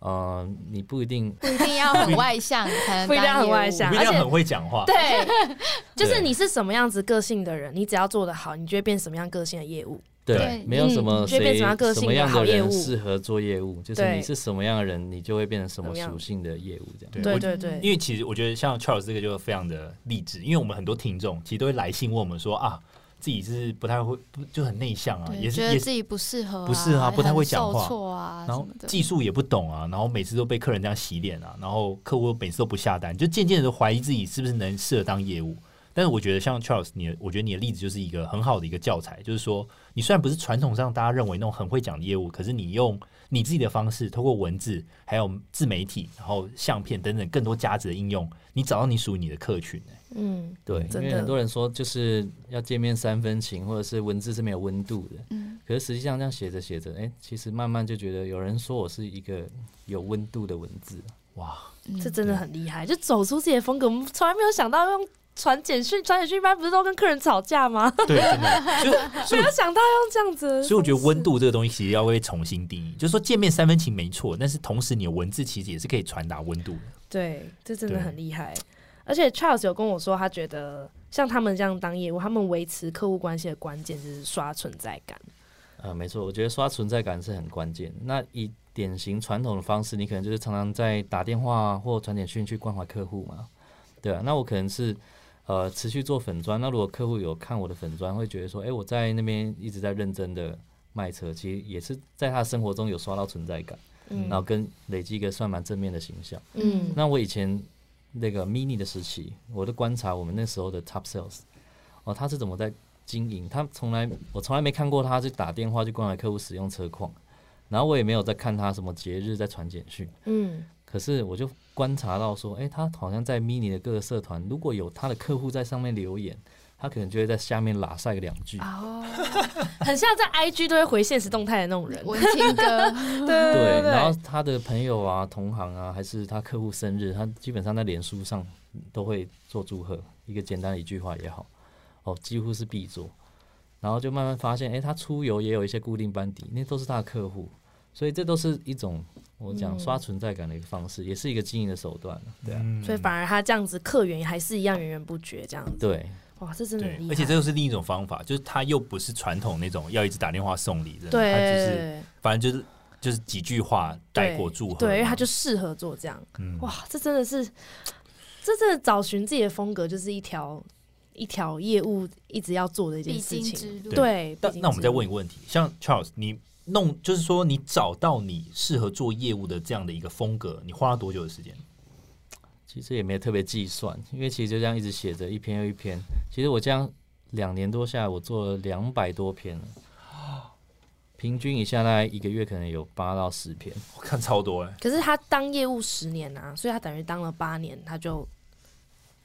[SPEAKER 4] 呃，你不一定
[SPEAKER 1] 不一定要很外向才能
[SPEAKER 2] 不一定要
[SPEAKER 1] 当
[SPEAKER 2] 很
[SPEAKER 1] 业务
[SPEAKER 2] 外向
[SPEAKER 3] 不一定要很会讲话，
[SPEAKER 2] 对，就是你是什么样子个性的人，你只要做得好，你就会变什么样个性的业务。
[SPEAKER 4] 对，
[SPEAKER 1] 对
[SPEAKER 4] 没有什
[SPEAKER 2] 嗯
[SPEAKER 4] 么
[SPEAKER 2] 就变
[SPEAKER 4] 谁
[SPEAKER 2] 成他个性
[SPEAKER 4] 什么样
[SPEAKER 2] 的好
[SPEAKER 4] 的
[SPEAKER 2] 业务
[SPEAKER 4] 人适合做业务，就是
[SPEAKER 2] 对
[SPEAKER 4] 你是什么样的人，你就会变成什么
[SPEAKER 2] 怎么样
[SPEAKER 4] 属性的业务这样。
[SPEAKER 3] 对
[SPEAKER 2] 对
[SPEAKER 3] 我
[SPEAKER 2] 对对，
[SPEAKER 3] 因为其实我觉得像 Charles 这个就非常的励志，因为我们很多听众其实都会来信问我们说啊，自己是不太会，不就很内向啊，
[SPEAKER 1] 对
[SPEAKER 3] 也是
[SPEAKER 1] 觉得
[SPEAKER 3] 也
[SPEAKER 1] 自
[SPEAKER 3] 是，
[SPEAKER 1] 己不适合啊，
[SPEAKER 3] 不是啊不太会讲话
[SPEAKER 1] 很受挫啊，
[SPEAKER 3] 然后
[SPEAKER 1] 什么的
[SPEAKER 3] 技术也不懂啊，然后每次都被客人这样洗脸啊，然后客户每次都不下单，就渐渐的怀疑自己是不是能适合当业务。但是我觉得像 Charles，你的我觉得你的例子就是一个很好的一个教材，就是说你虽然不是传统上大家认为那种很会讲的业务，可是你用你自己的方式，透过文字、还有自媒体、然后相片等等更多价值的应用，你找到你属于你的客群、欸
[SPEAKER 2] 嗯，
[SPEAKER 4] 对，因
[SPEAKER 2] 真
[SPEAKER 4] 为
[SPEAKER 2] 的
[SPEAKER 4] 很多人说就是要见面三分情，或者是文字是没有温度的。
[SPEAKER 2] 嗯
[SPEAKER 4] 可是实际上这样写着写着，哎、其实慢慢就觉得有人说我是一个有温度的文字。
[SPEAKER 3] 哇，
[SPEAKER 2] 这
[SPEAKER 3] 嗯
[SPEAKER 2] 真的很厉害，就走出自己的风格。我们从来没有想到用传简讯，传简讯一般不是都跟客人吵架吗？
[SPEAKER 3] 对，真 的，就所
[SPEAKER 2] 没
[SPEAKER 3] 以
[SPEAKER 2] 有想到用这样子，
[SPEAKER 3] 所以我觉得温度这个东西其实要被重新定义，就是说见面三分情没错，但是同时你的文字其实也是可以传达温度的。
[SPEAKER 2] 对，这真的
[SPEAKER 3] 对
[SPEAKER 2] 很厉害。而且 Charles 有跟我说，他觉得像他们这样当业务，他们维持客户关系的关键就是刷存在感。
[SPEAKER 4] 呃，没错，我觉得刷存在感是很关键。那以典型传统的方式，你可能就是常常在打电话或传简讯去关怀客户嘛，对啊。那我可能是呃持续做粉砖，那如果客户有看我的粉砖，会觉得说，哎、我在那边一直在认真的卖车，其实也是在他生活中有刷到存在感，
[SPEAKER 2] 嗯
[SPEAKER 4] 然后跟累积一个算蛮正面的形象。
[SPEAKER 2] 嗯
[SPEAKER 4] 那我以前那个 mini 的时期，我都观察我们那时候的 top sales，哦，他是怎么在经营？他从来我从来没看过他去打电话去关怀客户使用车况，然后我也没有在看他什么节日在传简讯。
[SPEAKER 2] 嗯
[SPEAKER 4] 可是我就观察到说，诶，他好像在 mini 的各个社团，如果有他的客户在上面留言，他可能就会在下面拉晒个两句。
[SPEAKER 1] 哦，
[SPEAKER 2] 很像在 IG 都会回现实动态的那种人。
[SPEAKER 1] 文 青哥，
[SPEAKER 2] 对
[SPEAKER 4] 对，然后他的朋友啊、同行啊，还是他客户生日，他基本上在脸书上都会做祝贺，一个简单的一句话也好，哦，几乎是必做。然后就慢慢发现，诶，他出游也有一些固定班底，那都是他的客户，所以这都是一种我讲刷存在感的一个方式，也是一个经营的手段，对啊，
[SPEAKER 3] 嗯
[SPEAKER 2] 所以反而他这样子客源还是一样源源不绝这样子。
[SPEAKER 4] 对，
[SPEAKER 2] 哇，这真的
[SPEAKER 3] 对
[SPEAKER 2] 很厉，害，
[SPEAKER 3] 而且这又是另一种方法，就是他又不是传统那种要一直打电话送礼的，他就是
[SPEAKER 2] 对
[SPEAKER 3] 反正就是就是几句话带过祝贺嘛，
[SPEAKER 2] 对，因为他就适合做这样。
[SPEAKER 3] 嗯
[SPEAKER 2] 哇，这真的是，这真的找寻自己的风格，就是一条一条业务一直要做的一件
[SPEAKER 1] 必
[SPEAKER 2] 事
[SPEAKER 1] 经
[SPEAKER 2] 情。
[SPEAKER 1] 之路。
[SPEAKER 2] 对，
[SPEAKER 3] 那
[SPEAKER 2] 必经
[SPEAKER 3] 那我
[SPEAKER 2] 之
[SPEAKER 3] 们再
[SPEAKER 2] 路
[SPEAKER 3] 问一个问题，像 Charles，你弄就是说你找到你适合做业务的这样的一个风格，你花了多久的时间？
[SPEAKER 4] 其实也没特别计算，因为其实就这样一直写着一篇又一篇。其实我这样两年多下来，我做了两百多篇了，平均一下来一个月可能有八到十篇。
[SPEAKER 3] 我看超多哎、
[SPEAKER 2] 可是他当业务十年啊，所以他等于当了八年，他就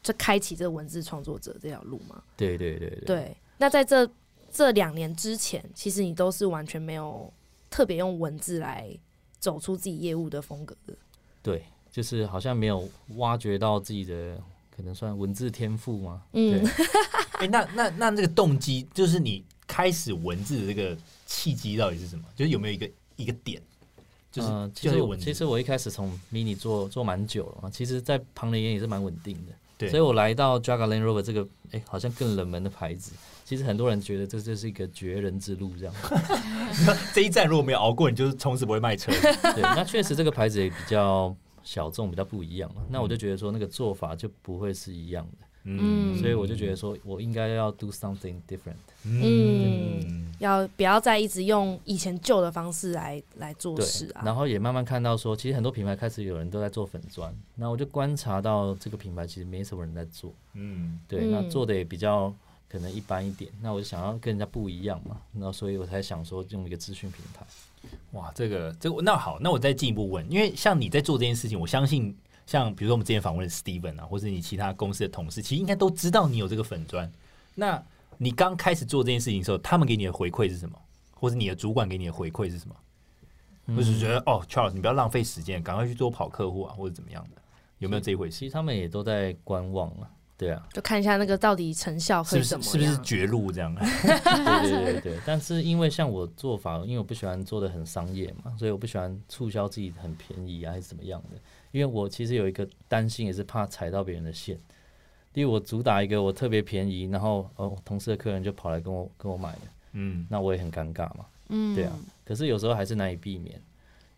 [SPEAKER 2] 就开启这文字创作者这条路嘛。
[SPEAKER 4] 对对对对，
[SPEAKER 2] 对，那在这这两年之前，其实你都是完全没有特别用文字来走出自己业务的风格的。
[SPEAKER 4] 对，就是好像没有挖掘到自己的可能算文字天赋吗？
[SPEAKER 2] 嗯
[SPEAKER 4] 对，
[SPEAKER 3] 哎、那那那这个动机就是你开始文字的这个契机到底是什么？就是有没有一个一个点？就是、
[SPEAKER 4] 呃、其
[SPEAKER 3] 就
[SPEAKER 4] 实
[SPEAKER 3] 是
[SPEAKER 4] 我
[SPEAKER 3] 文字，
[SPEAKER 4] 其实我一开始从 mini 做做蛮久了嘛，其实，在旁人眼也是蛮稳定的。
[SPEAKER 3] 对
[SPEAKER 4] 所以我来到 Dragon Land Rover 这个，哎、好像更冷门的牌子，其实很多人觉得这就是一个绝人之路这样。
[SPEAKER 3] 这一站如果没有熬过，你就是从此不会卖车。
[SPEAKER 4] 对，那确实这个牌子也比较小众，比较不一样嘛。那我就觉得说那个做法就不会是一样的，
[SPEAKER 2] 嗯
[SPEAKER 4] 所以我就觉得说我应该要 do something different。
[SPEAKER 2] 嗯，要不要再一直用以前旧的方式来来做
[SPEAKER 4] 对
[SPEAKER 2] 事，啊？
[SPEAKER 4] 然后也慢慢看到说，其实很多品牌开始有人都在做粉砖，那我就观察到这个品牌其实没什么人在做，
[SPEAKER 3] 嗯，
[SPEAKER 4] 对，
[SPEAKER 2] 嗯
[SPEAKER 4] 那做的也比较。可能一般一点，那我就想要跟人家不一样嘛，那所以我才想说用一个资讯平台。
[SPEAKER 3] 哇，这个这个那好，那我再进一步问，因为像你在做这件事情，我相信像比如说我们之前访问的 Steven 啊，或者你其他公司的同事，其实应该都知道你有这个粉砖。那你刚开始做这件事情的时候，他们给你的回馈是什么？或者你的主管给你的回馈是什么？或者是
[SPEAKER 4] 嗯
[SPEAKER 3] 觉得哦，Charles，你不要浪费时间，赶快去多跑客户啊，或者怎么样的？有没有这一回事？
[SPEAKER 4] 其实他们也都在观望啊，对啊，
[SPEAKER 2] 就看一下那个到底成效
[SPEAKER 3] 是
[SPEAKER 2] 会
[SPEAKER 3] 不
[SPEAKER 2] 怎
[SPEAKER 3] 是
[SPEAKER 2] 么
[SPEAKER 3] 是不
[SPEAKER 2] 样。
[SPEAKER 3] 是绝路这样？
[SPEAKER 4] 对对对对，但是因为像我做法，因为我不喜欢做的很商业嘛，所以我不喜欢促销自己很便宜啊，还是怎么样的。因为我其实有一个担心，也是怕踩到别人的线。例如我主打一个我特别便宜，然后哦，同事的客人就跑来跟我跟我买了，
[SPEAKER 3] 嗯，
[SPEAKER 4] 那我也很尴尬嘛。
[SPEAKER 1] 嗯
[SPEAKER 4] 对啊，可是有时候还是难以避免，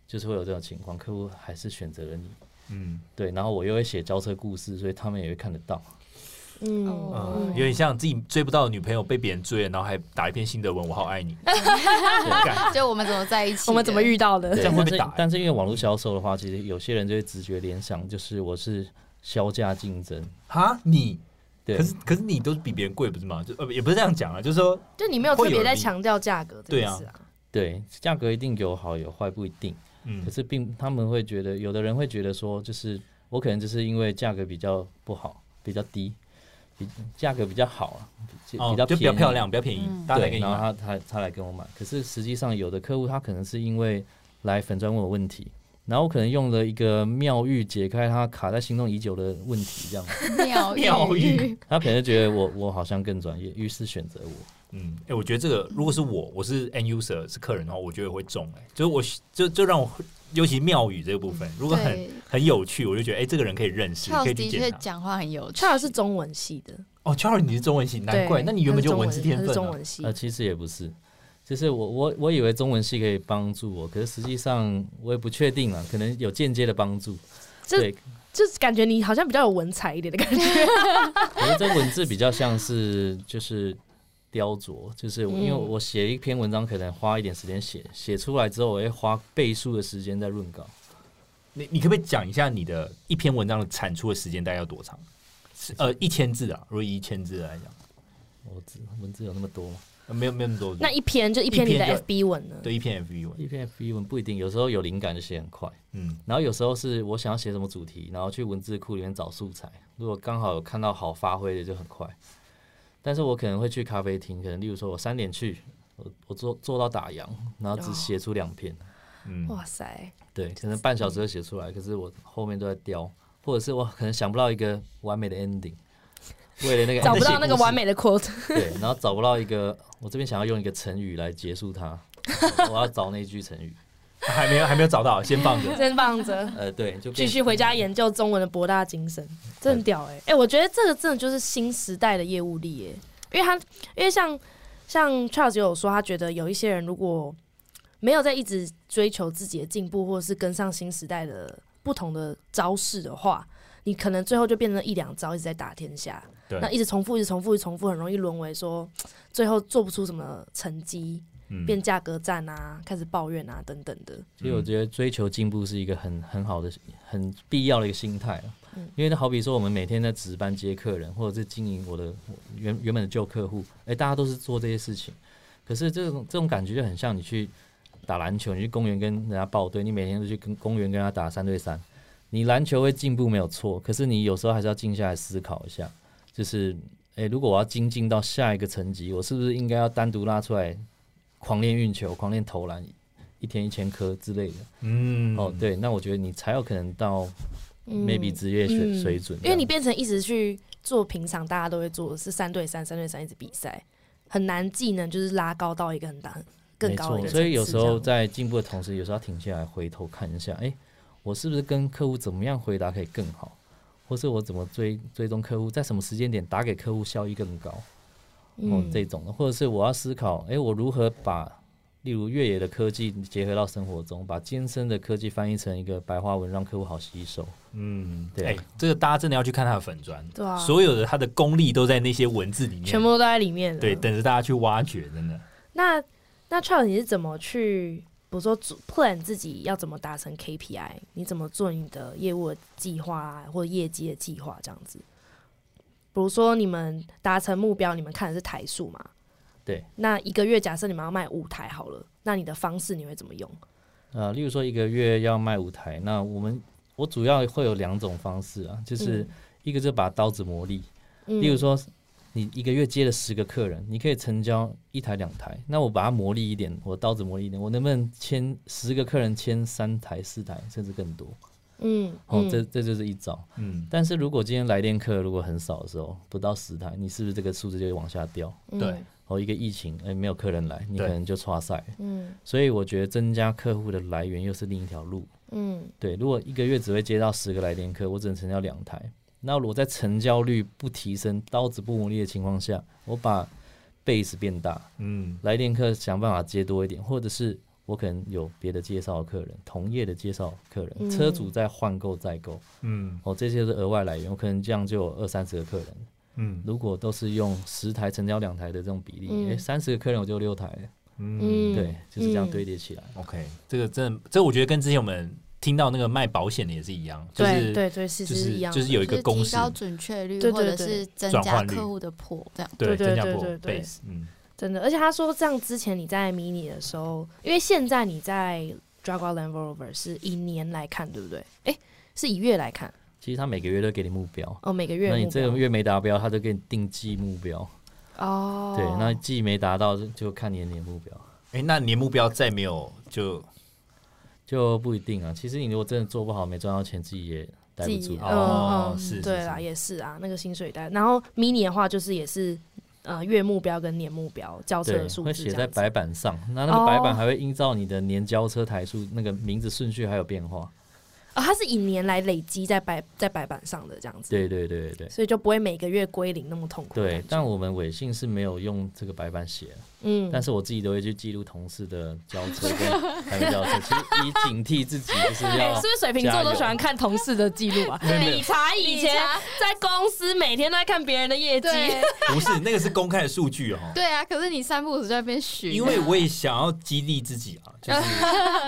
[SPEAKER 4] 就是会有这种情况，客户还是选择了你。
[SPEAKER 3] 嗯，
[SPEAKER 4] 对，然后我又会写交车故事，所以他们也会看得到。
[SPEAKER 2] 嗯，
[SPEAKER 1] 哦
[SPEAKER 3] 呃有点像自己追不到的女朋友被别人追了，然后还打一篇心得文，我好爱你。 干
[SPEAKER 1] 就我们怎么在一起的？
[SPEAKER 2] 啊我们怎么遇到的？
[SPEAKER 4] 对
[SPEAKER 3] 这样会被
[SPEAKER 4] 但是
[SPEAKER 3] 打欸
[SPEAKER 4] 但是因为网络销售的话，其实有些人就会直觉联想，就是我是销价竞争。
[SPEAKER 3] 哈，你
[SPEAKER 4] 对
[SPEAKER 3] 可，是可是你都比别人贵不是吗？就呃也不是这样讲啊，就是说
[SPEAKER 2] 就你没有特别在强调价格这
[SPEAKER 3] 对
[SPEAKER 2] 件
[SPEAKER 3] 啊
[SPEAKER 2] 事啊。
[SPEAKER 4] 对，价格一定有好有坏，不一定。
[SPEAKER 3] 嗯
[SPEAKER 4] 可是并他们会觉得，有的人会觉得说，就是我可能就是因为价格比较不好，比较低，比价格比较好啊，比
[SPEAKER 3] 哦
[SPEAKER 4] 比较
[SPEAKER 3] 就
[SPEAKER 4] 便宜
[SPEAKER 3] 比较漂亮，比较便宜，
[SPEAKER 1] 嗯
[SPEAKER 3] 大家来给
[SPEAKER 4] 对，
[SPEAKER 3] 你
[SPEAKER 4] 然后
[SPEAKER 3] 买。
[SPEAKER 4] 他他他来跟我买。可是实际上，有的客户他可能是因为来粉专问我问题，然后我可能用了一个妙玉解开他卡在心中已久的问题，这样。
[SPEAKER 1] 妙
[SPEAKER 3] 妙语，
[SPEAKER 4] 他可能觉得我我好像更专业，于是选择我。
[SPEAKER 3] 嗯，哎、我觉得这个如果是我，我是 end user 是客人的话，我觉得我会中、哎，就是我就就让我，尤其妙语这个部
[SPEAKER 2] 嗯
[SPEAKER 3] 分，如果很
[SPEAKER 1] 对
[SPEAKER 3] 很有趣，我就觉得哎、这个人可以认识，可
[SPEAKER 1] Charles
[SPEAKER 3] 以去
[SPEAKER 1] 的
[SPEAKER 3] 见
[SPEAKER 1] 确
[SPEAKER 3] 他。
[SPEAKER 1] 讲话很有趣，
[SPEAKER 2] Charles 是中文系的，
[SPEAKER 3] 哦，Charles，你是中文系，难怪，
[SPEAKER 2] 对
[SPEAKER 3] 那你原本就有文字天
[SPEAKER 2] 他是
[SPEAKER 3] 分、
[SPEAKER 2] 中
[SPEAKER 3] 啊。
[SPEAKER 2] 文系
[SPEAKER 4] 呃，，其实也不是，就是我我我以为中文系可以帮助我，可是实际上我也不确定啊，可能有间接的帮助。
[SPEAKER 2] 这
[SPEAKER 4] 对，
[SPEAKER 2] 就是感觉你好像比较有文采一点的感觉。
[SPEAKER 4] 可是这文字比较像是就是雕琢，就是我因为我写一篇文章可能花一点时间写，写出来之后我会花倍数的时间在润稿。
[SPEAKER 3] 你你可不可以讲一下你的一篇文章的产出的时间大概要多长？是呃，一千字啊，如果以一千字来讲，
[SPEAKER 4] 我字文字有那么多吗？
[SPEAKER 3] 呃没有没有那么多字，
[SPEAKER 2] 那一篇就一篇
[SPEAKER 3] 一
[SPEAKER 2] 你
[SPEAKER 3] 篇
[SPEAKER 2] 的
[SPEAKER 3] 就
[SPEAKER 2] FB 文呢？
[SPEAKER 3] 对一篇 FV 文，
[SPEAKER 4] 一篇 F 一文不一定，有时候有灵感就写很快。
[SPEAKER 3] 嗯，
[SPEAKER 4] 然后有时候是我想要写什么主题，然后去文字库里面找素材，如果刚好有看到好发挥的就很快。但是我可能会去咖啡厅，可能例如说我三点去，我我做做到打烊，然后只写出两篇，
[SPEAKER 2] 哇
[SPEAKER 3] 哎
[SPEAKER 2] 塞，
[SPEAKER 4] 对，可能半小时就写出来，可是我后面都在雕，或者是我可能想不到一个完美的 ending，为了那个
[SPEAKER 2] 找不到那个完
[SPEAKER 4] 美，
[SPEAKER 2] 美的 quote，
[SPEAKER 4] 对，然后找不到一个，我这边想要用一个成语来结束它，我要找那句成语，
[SPEAKER 3] 还没有还没有找到，先放 着。
[SPEAKER 2] 真棒着。
[SPEAKER 4] 呃，对，就
[SPEAKER 2] 继
[SPEAKER 4] 变
[SPEAKER 2] 续回家研究中文的博大精深，真的屌哎、欸、哎、我觉得这个真的就是新时代的业务力哎、因为他因为像像 Charles 也有说，他觉得有一些人如果没有在一直追求自己的进步，或者是跟上新时代的不同的招式的话，你可能最后就变成一两招一直在打天下，
[SPEAKER 3] 对
[SPEAKER 2] 那一直重复，一直重复，一直重复，很容易沦为说最后做不出什么成绩，
[SPEAKER 3] 嗯
[SPEAKER 2] 变价格战啊，开始抱怨啊等等的，
[SPEAKER 4] 其实我觉得追求进步是一个很很好的、很必要的一个心态啊、因为就好比说，我们每天在值班接客人，或者是经营我的我原原本的旧客户，哎、大家都是做这些事情。可是这种这种感觉就很像你去打篮球，你去公园跟人家抱队，你每天都去跟公园跟他打三对三。你篮球会进步没有错，可是你有时候还是要静下来思考一下，就是哎、如果我要精进到下一个层级，我是不是应该要单独拉出来狂练运球、狂练投篮，一天一千颗之类的。
[SPEAKER 3] 嗯
[SPEAKER 4] 哦，，对，那我觉得你才有可能到 maybe 职业水、
[SPEAKER 2] 嗯
[SPEAKER 4] 水准
[SPEAKER 2] 因
[SPEAKER 4] 这
[SPEAKER 2] 为
[SPEAKER 4] 样，
[SPEAKER 2] 你变成一直去做平常大家都会做的是三对三、三对三一直比赛，很难技能就是拉高到一个很大很更
[SPEAKER 4] 没
[SPEAKER 2] 高的一
[SPEAKER 4] 错，
[SPEAKER 2] 个层次
[SPEAKER 4] 所以有时
[SPEAKER 2] 这
[SPEAKER 4] 候
[SPEAKER 2] 样
[SPEAKER 4] 在进步的同时，有时候要停下来回头看一下，哎、我是不是跟客户怎么样回答可以更好，或是我怎么追追踪客户，在什么时间点打给客户效益更高，哦，
[SPEAKER 2] 嗯
[SPEAKER 4] 这种的，或者是我要思考，哎、我如何把。例如越野的科技结合到生活中，把艰深的科技翻译成一个白话文，让客户好吸收。
[SPEAKER 3] 嗯，
[SPEAKER 4] 对
[SPEAKER 3] 哎，这个大家真的要去看他的粉砖，
[SPEAKER 2] 对啊
[SPEAKER 3] 所有的他的功力都在那些文字里面，
[SPEAKER 2] 全部都在里面了。
[SPEAKER 3] 对，等着大家去挖掘，真的。
[SPEAKER 2] 那那 Charles 你是怎么去，比如说组 plan 自己要怎么达成 KPI，你怎么做你的业务的计划啊，或者业绩的计划这样子？比如说你们达成目标，你们看的是台数嘛？
[SPEAKER 4] 对。
[SPEAKER 2] 那一个月假设你们要卖五台好了，那你的方式你会怎么用？
[SPEAKER 4] 呃，例如说一个月要卖五台，那我们我主要会有两种方式啊，就是
[SPEAKER 2] 嗯
[SPEAKER 4] 一个就把刀子磨利，
[SPEAKER 2] 嗯
[SPEAKER 4] 例如说你一个月接了十个客人，你可以成交一台两台，那我把它磨利一点，我刀子磨利一点，我能不能签十个客人签三台、四台甚至更多？
[SPEAKER 2] 嗯，
[SPEAKER 4] 哦，
[SPEAKER 2] 嗯
[SPEAKER 4] 这这就是一招。
[SPEAKER 3] 嗯，
[SPEAKER 4] 但是如果今天来电客如果很少的时候，不到十台，你是不是这个数字就会往下掉？
[SPEAKER 2] 嗯
[SPEAKER 3] 对，
[SPEAKER 4] 哦，一个疫情，哎、没有客人来，你
[SPEAKER 3] 对
[SPEAKER 4] 可能就差赛。
[SPEAKER 2] 嗯
[SPEAKER 4] 所以我觉得增加客户的来源又是另一条路。
[SPEAKER 2] 嗯
[SPEAKER 4] 对，如果一个月只会接到十个来电客，我只能成交两台。那如果在成交率不提升、刀子不磨利的情况下，我把 base 变大，
[SPEAKER 3] 嗯，
[SPEAKER 4] 来电客想办法接多一点，或者是我可能有别的介绍的客人、同业的介绍客人、
[SPEAKER 2] 嗯
[SPEAKER 4] 车主在换购再购，
[SPEAKER 3] 嗯，
[SPEAKER 4] 哦，这些是额外来源。我可能这样就有二三十个客人。
[SPEAKER 3] 嗯，
[SPEAKER 4] 如果都是用十台成交两台的这种比例，
[SPEAKER 2] 嗯
[SPEAKER 4] 诶三十、个客人我就六台了，
[SPEAKER 2] 嗯，
[SPEAKER 4] 对，就是这样
[SPEAKER 2] 嗯
[SPEAKER 4] 堆叠起来。
[SPEAKER 3] OK，这个真的，这我觉得跟之前我们听到那个卖保险的也是一样，就
[SPEAKER 2] 对
[SPEAKER 3] 是
[SPEAKER 2] 对对，其
[SPEAKER 3] 就
[SPEAKER 2] 实是一
[SPEAKER 3] 是
[SPEAKER 2] 样的，
[SPEAKER 3] 就是有一个公
[SPEAKER 1] 提
[SPEAKER 3] 式，
[SPEAKER 1] 高准确率，
[SPEAKER 2] 对对
[SPEAKER 1] 或者
[SPEAKER 2] 对
[SPEAKER 1] 是增
[SPEAKER 3] 转
[SPEAKER 1] 加
[SPEAKER 3] 换率
[SPEAKER 1] 客户的破这样。
[SPEAKER 3] 对
[SPEAKER 2] 对
[SPEAKER 3] 增加
[SPEAKER 2] 对
[SPEAKER 3] 过
[SPEAKER 2] 对对
[SPEAKER 3] base，嗯，
[SPEAKER 2] 真的。而且他说，这样之前你在迷你的时候，因为现在你在 Jaguar Land Rover 是以年来看，对不对？哎、是以月来看
[SPEAKER 4] 其实他每个月都给你目标，
[SPEAKER 2] 哦，每个月
[SPEAKER 4] 那你
[SPEAKER 2] 目
[SPEAKER 4] 这个
[SPEAKER 2] 标
[SPEAKER 4] 月没达标，他就给你定季目标。
[SPEAKER 2] 哦，
[SPEAKER 4] 对，那季没达到就就看你的年目标，
[SPEAKER 3] 哎，那年目标再没有就
[SPEAKER 4] 就不一定啊。其实你如果真的做不好，没赚到钱，自己也待
[SPEAKER 2] 自
[SPEAKER 4] 不
[SPEAKER 2] 己
[SPEAKER 4] 住。
[SPEAKER 2] 嗯
[SPEAKER 3] 哦
[SPEAKER 2] 嗯
[SPEAKER 3] 是是
[SPEAKER 2] 对啦，
[SPEAKER 3] 是
[SPEAKER 2] 也是啊，那个薪水单。然后 mini 的话，就是也是呃月目标跟年目标交车
[SPEAKER 4] 对
[SPEAKER 2] 的，数
[SPEAKER 4] 会
[SPEAKER 2] 字
[SPEAKER 4] 写
[SPEAKER 2] 这
[SPEAKER 4] 在
[SPEAKER 2] 样子
[SPEAKER 4] 白板上，那那个白
[SPEAKER 2] 哦
[SPEAKER 4] 板还会依照你的年交车台数那个名字顺序还有变化。
[SPEAKER 2] 哦，它是以年来累积在白在白板上的这样子。
[SPEAKER 4] 对对对对对
[SPEAKER 2] 所以就不会每个月归零那么痛苦的感
[SPEAKER 4] 对
[SPEAKER 2] 觉。，
[SPEAKER 4] 但我们伟信是没有用这个白板写啊，
[SPEAKER 2] 嗯，
[SPEAKER 4] 但是我自己都会去记录同事的交 车跟还有交车，其实以警惕自己就是
[SPEAKER 2] 哎
[SPEAKER 4] 要
[SPEAKER 2] 是不是水瓶座都喜欢看同事的记录啊？理查以前
[SPEAKER 1] 理查
[SPEAKER 2] 在公司每天都在看别人的业绩，
[SPEAKER 1] 对
[SPEAKER 3] 不是那个是公开的数据哦，
[SPEAKER 1] 对啊，可是你三不五时就在那边巡啊，
[SPEAKER 3] 因为我也想要激励自己啊，就是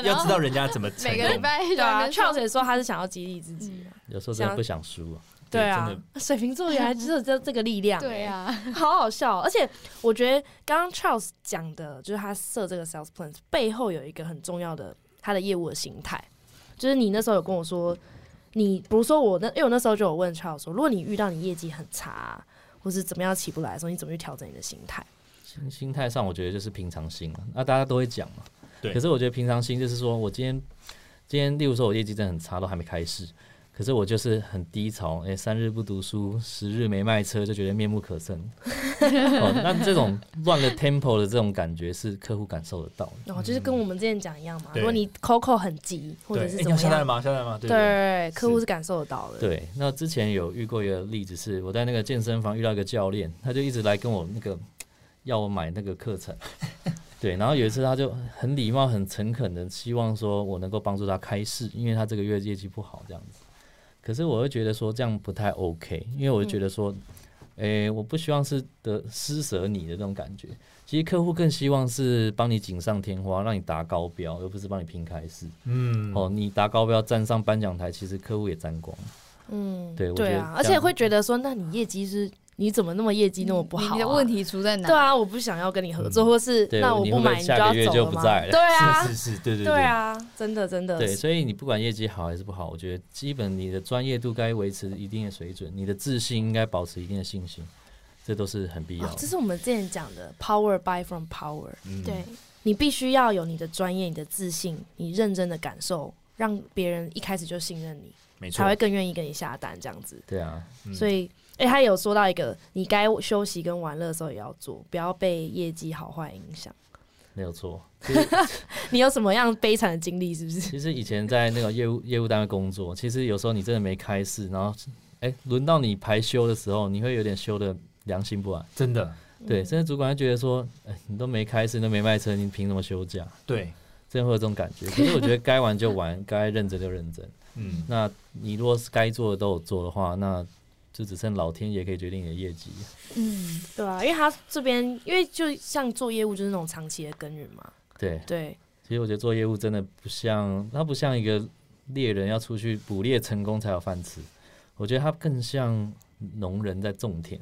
[SPEAKER 3] 要知道人家怎么成
[SPEAKER 1] 每个礼
[SPEAKER 3] 功。
[SPEAKER 1] 拜
[SPEAKER 2] 对啊
[SPEAKER 1] 就在那
[SPEAKER 2] ，Charles
[SPEAKER 1] 边
[SPEAKER 2] 也说他是想要激励自己啊。
[SPEAKER 4] 有时候真的不想输啊。
[SPEAKER 2] 对啊
[SPEAKER 3] 真的，
[SPEAKER 2] 水瓶座原来只有这这个力量、
[SPEAKER 1] 说对
[SPEAKER 2] 啊。
[SPEAKER 1] 啊，
[SPEAKER 2] 好好笑哦、而且我觉得刚刚 Charles 讲的，就是他设这个 sales plan 背后有一个很重要的他的业务的形态，就是你那时候有跟我说，你比如说我那，因为我那时候就有问 Charles 说，如果你遇到你业绩很差，或是怎么样起不来的时候，你怎么去调整你的心态？
[SPEAKER 4] 心心态上，我觉得就是平常心了。那大家都会讲嘛，
[SPEAKER 3] 对
[SPEAKER 4] 可是我觉得平常心就是说我今天今天，例如说我业绩真的很差，都还没开始，可可是我就是很低潮，哎、三日不读书，十日没卖车，就觉得面目可憎。哦，那这种乱了 tempo 的这种感觉是客户感受得到的。
[SPEAKER 2] 然后、就是跟我们之前讲一样嘛，
[SPEAKER 3] 对
[SPEAKER 2] 如果你 Coco 很急或者
[SPEAKER 3] 对，
[SPEAKER 2] 是
[SPEAKER 3] 哎
[SPEAKER 2] 怎
[SPEAKER 3] 你要
[SPEAKER 2] 么
[SPEAKER 3] 下单了
[SPEAKER 2] 样，
[SPEAKER 3] 吗？下单了吗？对对
[SPEAKER 2] 对，客户
[SPEAKER 3] 是
[SPEAKER 2] 是感受得到的。
[SPEAKER 4] 对，那之前有遇过一个例子是，我在那个健身房遇到一个教练，他就一直来跟我那个要我买那个课程，对，然后有一次他就很礼貌、很诚恳的希望说我能够帮助他开市，因为他这个月业绩不好这样子。可是我会觉得说这样不太 OK，因为我就觉得说，诶、我不希望是的施舍你的那种感觉。其实客户更希望是帮你锦上添花，让你达高标，而不是帮你拼开市。
[SPEAKER 3] 嗯，
[SPEAKER 4] 哦，你达高标站上颁奖台，其实客户也沾光。
[SPEAKER 2] 嗯，
[SPEAKER 4] 对我觉
[SPEAKER 2] 对
[SPEAKER 4] 得
[SPEAKER 2] 啊，
[SPEAKER 4] 这
[SPEAKER 2] 而且
[SPEAKER 4] 样嗯
[SPEAKER 2] 会觉得说，那你业绩是你怎么那么业绩那么不好、啊？
[SPEAKER 1] 你的问题出在哪？
[SPEAKER 2] 对啊，我不想要跟你合作，或是
[SPEAKER 4] 嗯对
[SPEAKER 2] 那我
[SPEAKER 4] 你会
[SPEAKER 2] 不
[SPEAKER 4] 不会
[SPEAKER 2] 买你
[SPEAKER 4] 下个
[SPEAKER 2] 要
[SPEAKER 4] 月
[SPEAKER 2] 走
[SPEAKER 4] 就
[SPEAKER 2] 了
[SPEAKER 4] 不
[SPEAKER 2] 吗？
[SPEAKER 4] 在了
[SPEAKER 2] 对 啊
[SPEAKER 3] 是，是是，对对
[SPEAKER 2] 对，啊，真的真的，
[SPEAKER 4] 对，所以你不管业绩好还是不好，我觉得基本你的专业度该维持一定的水准，你的自信应该保持一定的信心，这都是很必要
[SPEAKER 2] 哦，
[SPEAKER 4] 的。
[SPEAKER 2] 这是我们之前讲 的 power buy from power，
[SPEAKER 3] 嗯，
[SPEAKER 1] 对，
[SPEAKER 2] 你必须要有你的专业、你的自信、你认真的感受，让别人一开始就信任你，
[SPEAKER 3] 没错
[SPEAKER 2] 才，会更愿意跟你下单这样子。
[SPEAKER 4] 对啊，
[SPEAKER 3] 嗯
[SPEAKER 2] 所以，哎、他有说到一个，你该休息跟玩乐的时候也要做，不要被业绩好坏影响。
[SPEAKER 4] 没有错。
[SPEAKER 2] 你有什么样悲惨的经历？是不是？
[SPEAKER 4] 其实以前在那个业务业务单位工作，其实有时候你真的没开市，然后哎，轮到你排休的时候，你会有点休的良心不安。
[SPEAKER 3] 真的
[SPEAKER 2] 嗯
[SPEAKER 4] 对，甚至主管会觉得说，哎，你都没开市，你都没卖车，你凭什么休假？
[SPEAKER 3] 对，
[SPEAKER 4] 真的会有这种感觉。可是我觉得该玩就玩，该认真就认真。
[SPEAKER 3] 嗯，
[SPEAKER 4] 那你如果是该做的都有做的话，那就只剩老天爷可以决定你的业绩。
[SPEAKER 1] 嗯，
[SPEAKER 2] 对啊，因为他这边，因为就像做业务就是那种长期的耕耘嘛。
[SPEAKER 4] 对，
[SPEAKER 2] 对，
[SPEAKER 4] 其实我觉得做业务真的不像，它不像一个猎人要出去捕猎成功才有饭吃，我觉得它更像农人在种田。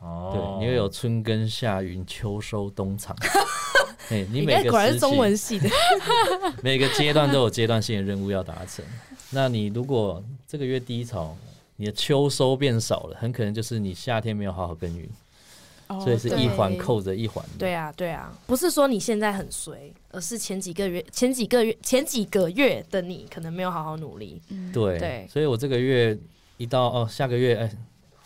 [SPEAKER 3] 哦
[SPEAKER 4] 对，你会有春耕夏耘秋收冬 藏。哎、你
[SPEAKER 2] 应
[SPEAKER 4] 每
[SPEAKER 2] 该
[SPEAKER 4] 个
[SPEAKER 2] 果然
[SPEAKER 4] 时
[SPEAKER 2] 是
[SPEAKER 4] 期
[SPEAKER 2] 中文系 的。
[SPEAKER 4] 每个阶段都有阶段性的任务要达成。那你如果这个月低潮，你的秋收变少了，很可能就是你夏天没有好好耕耘，所以是一环扣着一环的。
[SPEAKER 2] 哦对啊，对啊，不是说你现在很衰，而是前几个月、前几个月、前几个月的你可能没有好好努力。
[SPEAKER 4] 对，
[SPEAKER 2] 对
[SPEAKER 4] 所以我这个月一到哦，下个月哎，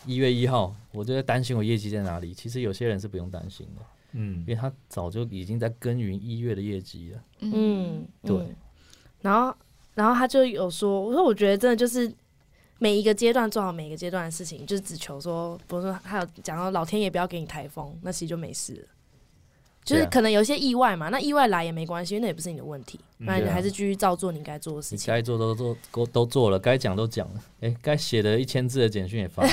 [SPEAKER 4] 一月一号，我就在担心我业绩在哪里。其实有些人是不用担心的，
[SPEAKER 3] 嗯
[SPEAKER 4] 因为他早就已经在耕耘一月的业绩了。
[SPEAKER 2] 嗯，
[SPEAKER 4] 对
[SPEAKER 2] 嗯然后，然后他就有说，我说我觉得真的就是每一个阶段做好每一个阶段的事情，就是只求说，比如说还有讲到老天爷不要给你台风，那其实就没事了。就是
[SPEAKER 4] 对啊
[SPEAKER 2] 可能有一些意外嘛，那意外来也没关系，因为那也不是你的问题，那你
[SPEAKER 4] 对啊
[SPEAKER 2] 还是继续照做你该做的事
[SPEAKER 4] 你
[SPEAKER 2] 情。
[SPEAKER 4] 该做都做，都都做了，该讲都讲了，哎，该写的一千字的简讯 也发了，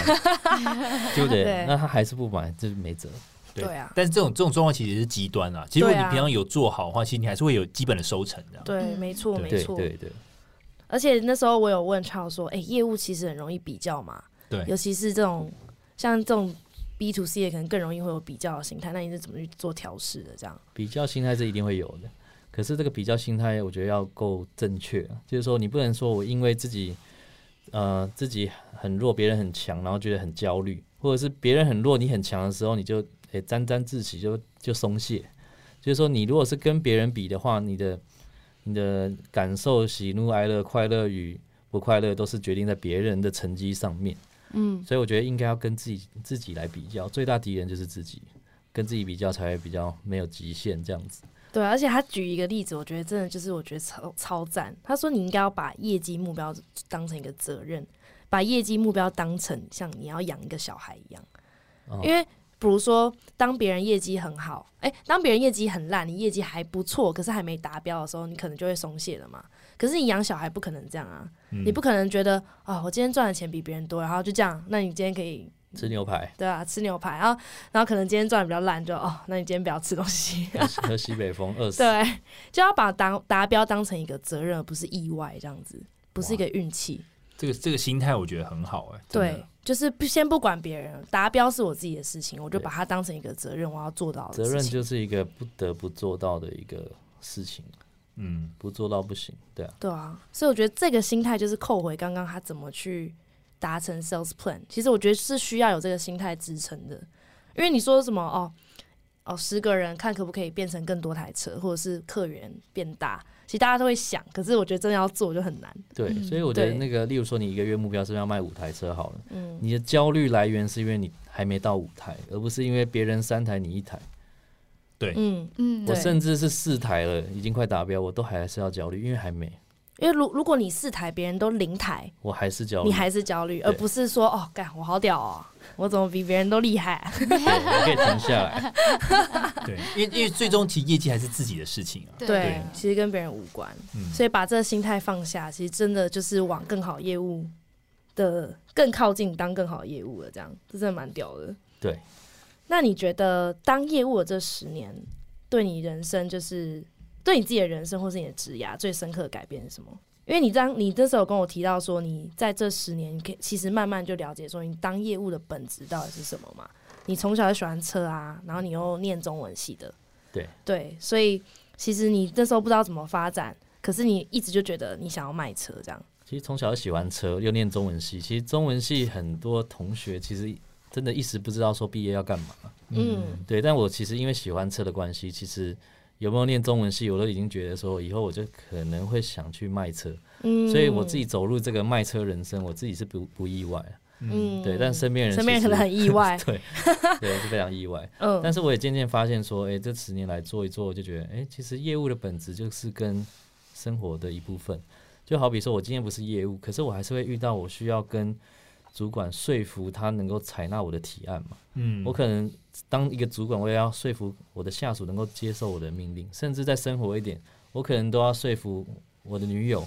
[SPEAKER 4] 对不对？
[SPEAKER 2] 对
[SPEAKER 4] 那他还是不买，这就没辙。
[SPEAKER 2] 对啊
[SPEAKER 3] 但是这种这种状况其实是极端啊。其实如果
[SPEAKER 2] 对
[SPEAKER 3] 你
[SPEAKER 2] 啊
[SPEAKER 3] 平常有做好的话，其实你还是会有基本的收成的。啊
[SPEAKER 2] 对，
[SPEAKER 1] 嗯
[SPEAKER 2] 没错，
[SPEAKER 3] 对
[SPEAKER 2] 没
[SPEAKER 4] 对
[SPEAKER 2] 错。
[SPEAKER 4] 对对，
[SPEAKER 2] 而且那时候我有问超说，哎、业务其实很容易比较嘛，
[SPEAKER 3] 对
[SPEAKER 4] 嗯
[SPEAKER 2] 尤其是这种像这种 B to C 的，可能更容易会有比较的心态。那你是怎么去做调试的？这样，
[SPEAKER 4] 比较心态是一定会有的，可是这个比较心态，我觉得要够正确，就是说你不能说我因为自己，呃，自己很弱，别人很强，然后觉得很焦虑，或者是别人很弱，你很强的时候，你就诶沾沾自喜，就就松懈。就是说，你如果是跟别人比的话，你的你的感受、喜怒哀乐、快乐与不快乐，都是决定在别人的成绩上面。嗯，所以我觉得应该要跟自己自己来比较，最大敌人就是自己。跟自己比较才会比较没有极限这样子。
[SPEAKER 2] 对，而且他举一个例子，我觉得真的就是我觉得超超赞。他说你应该要把业绩目标当成一个责任，把业绩目标当成像你要养一个小孩一样，
[SPEAKER 4] 哦
[SPEAKER 2] 因为。比如说，当别人业绩很好，哎、当别人业绩很烂，你业绩还不错，可是还没达标的时候，你可能就会松懈了嘛。可是你养小孩不可能这样啊，
[SPEAKER 3] 嗯
[SPEAKER 2] 你不可能觉得啊、我今天赚的钱比别人多，然后就这样，那你今天可以
[SPEAKER 4] 吃
[SPEAKER 2] 、
[SPEAKER 4] 牛排
[SPEAKER 2] 对啊，吃牛排，然后然后可能今天赚的比较烂，就哦，那你今天不要吃东西，
[SPEAKER 4] 喝西喝西北风，饿死。
[SPEAKER 2] 对，就要把达达标当成一个责任，而不是意外这样子，不是一个运气，
[SPEAKER 3] 这个这个心态我觉得很好哎、真的
[SPEAKER 2] 对。就是不先不管别人，达标是我自己的事情，我就
[SPEAKER 4] 对
[SPEAKER 2] 把它当成一个责任，我要做到的
[SPEAKER 4] 责任
[SPEAKER 2] 事情
[SPEAKER 4] 就是一个不得不做到的一个事情，
[SPEAKER 3] 嗯，
[SPEAKER 4] 不做到不行。对啊，
[SPEAKER 2] 对啊，所以我觉得这个心态就是扣回刚刚他怎么去达成 sales plan。其实我觉得是需要有这个心态支撑的，因为你说什么哦，哦十个人看可不可以变成更多台车，或者是客源变大，其实大家都会想，可是我觉得真的要做就很难。
[SPEAKER 4] 对，
[SPEAKER 1] 嗯
[SPEAKER 4] 所以我觉得
[SPEAKER 2] 对
[SPEAKER 4] 那个，例如说你一个月目标是要卖五台车好了，
[SPEAKER 2] 嗯，
[SPEAKER 4] 你的焦虑来源是因为你还没到五台，而不是因为别人三台你一台。
[SPEAKER 2] 嗯，
[SPEAKER 1] 嗯
[SPEAKER 4] 我
[SPEAKER 2] 对
[SPEAKER 4] 甚至是四台了，已经快达标，我都还是要焦虑，因为还没，
[SPEAKER 2] 因为如如果你四台，别人都零台，
[SPEAKER 4] 我还是焦虑
[SPEAKER 2] 你。还是焦虑，
[SPEAKER 4] 对
[SPEAKER 2] 而不是说哦，干我好屌哦，我怎么比别人都厉害啊、
[SPEAKER 4] 对我可以停下来。
[SPEAKER 3] 对，因为因为最终其实业绩还是自己的事情啊。
[SPEAKER 2] 对，其实跟别人无关，
[SPEAKER 3] 嗯
[SPEAKER 2] 所以把这个心态放下，其实真的就是往更好业务的更靠近，当更好的业务了。这样，这真的蛮屌的。
[SPEAKER 4] 对，
[SPEAKER 2] 那你觉得当业务的这十年，对你人生就是对你自己的人生或是你的职涯最深刻的改变是什么？因为你当你那时候有跟我提到说，你在这十年，你可以其实慢慢就了解说你当业务的本质到底是什么嘛？你从小就喜欢车啊，然后你又念中文系的，
[SPEAKER 4] 对
[SPEAKER 2] 对，所以其实你那时候不知道怎么发展，可是你一直就觉得你想要卖车这样。
[SPEAKER 4] 其实从小就喜欢车，又念中文系，其实中文系很多同学其实真的一时不知道说毕业要干嘛。
[SPEAKER 2] 嗯
[SPEAKER 4] 对，但我其实因为喜欢车的关系，其实有没有念中文系，我都已经觉得说以后我就可能会想去卖车，
[SPEAKER 2] 嗯
[SPEAKER 4] 所以我自己走入这个卖车人生，我自己是不不意外啊。
[SPEAKER 2] 嗯
[SPEAKER 4] 对，但身边人
[SPEAKER 2] 身边人
[SPEAKER 4] 其
[SPEAKER 2] 可能
[SPEAKER 4] 实，
[SPEAKER 2] 很意外
[SPEAKER 4] 对 对是非常意外。
[SPEAKER 2] 嗯，
[SPEAKER 4] 但是我也渐渐发现说，哎、这十年来做一做，我就觉得，哎、其实业务的本质就是跟生活的一部分。就好比说，我今天不是业务，可是我还是会遇到我需要跟主管说服他能够采纳我的提案嘛。
[SPEAKER 3] 嗯
[SPEAKER 4] 我可能当一个主管，我也要说服我的下属能够接受我的命令，甚至在生活一点，我可能都要说服我的女友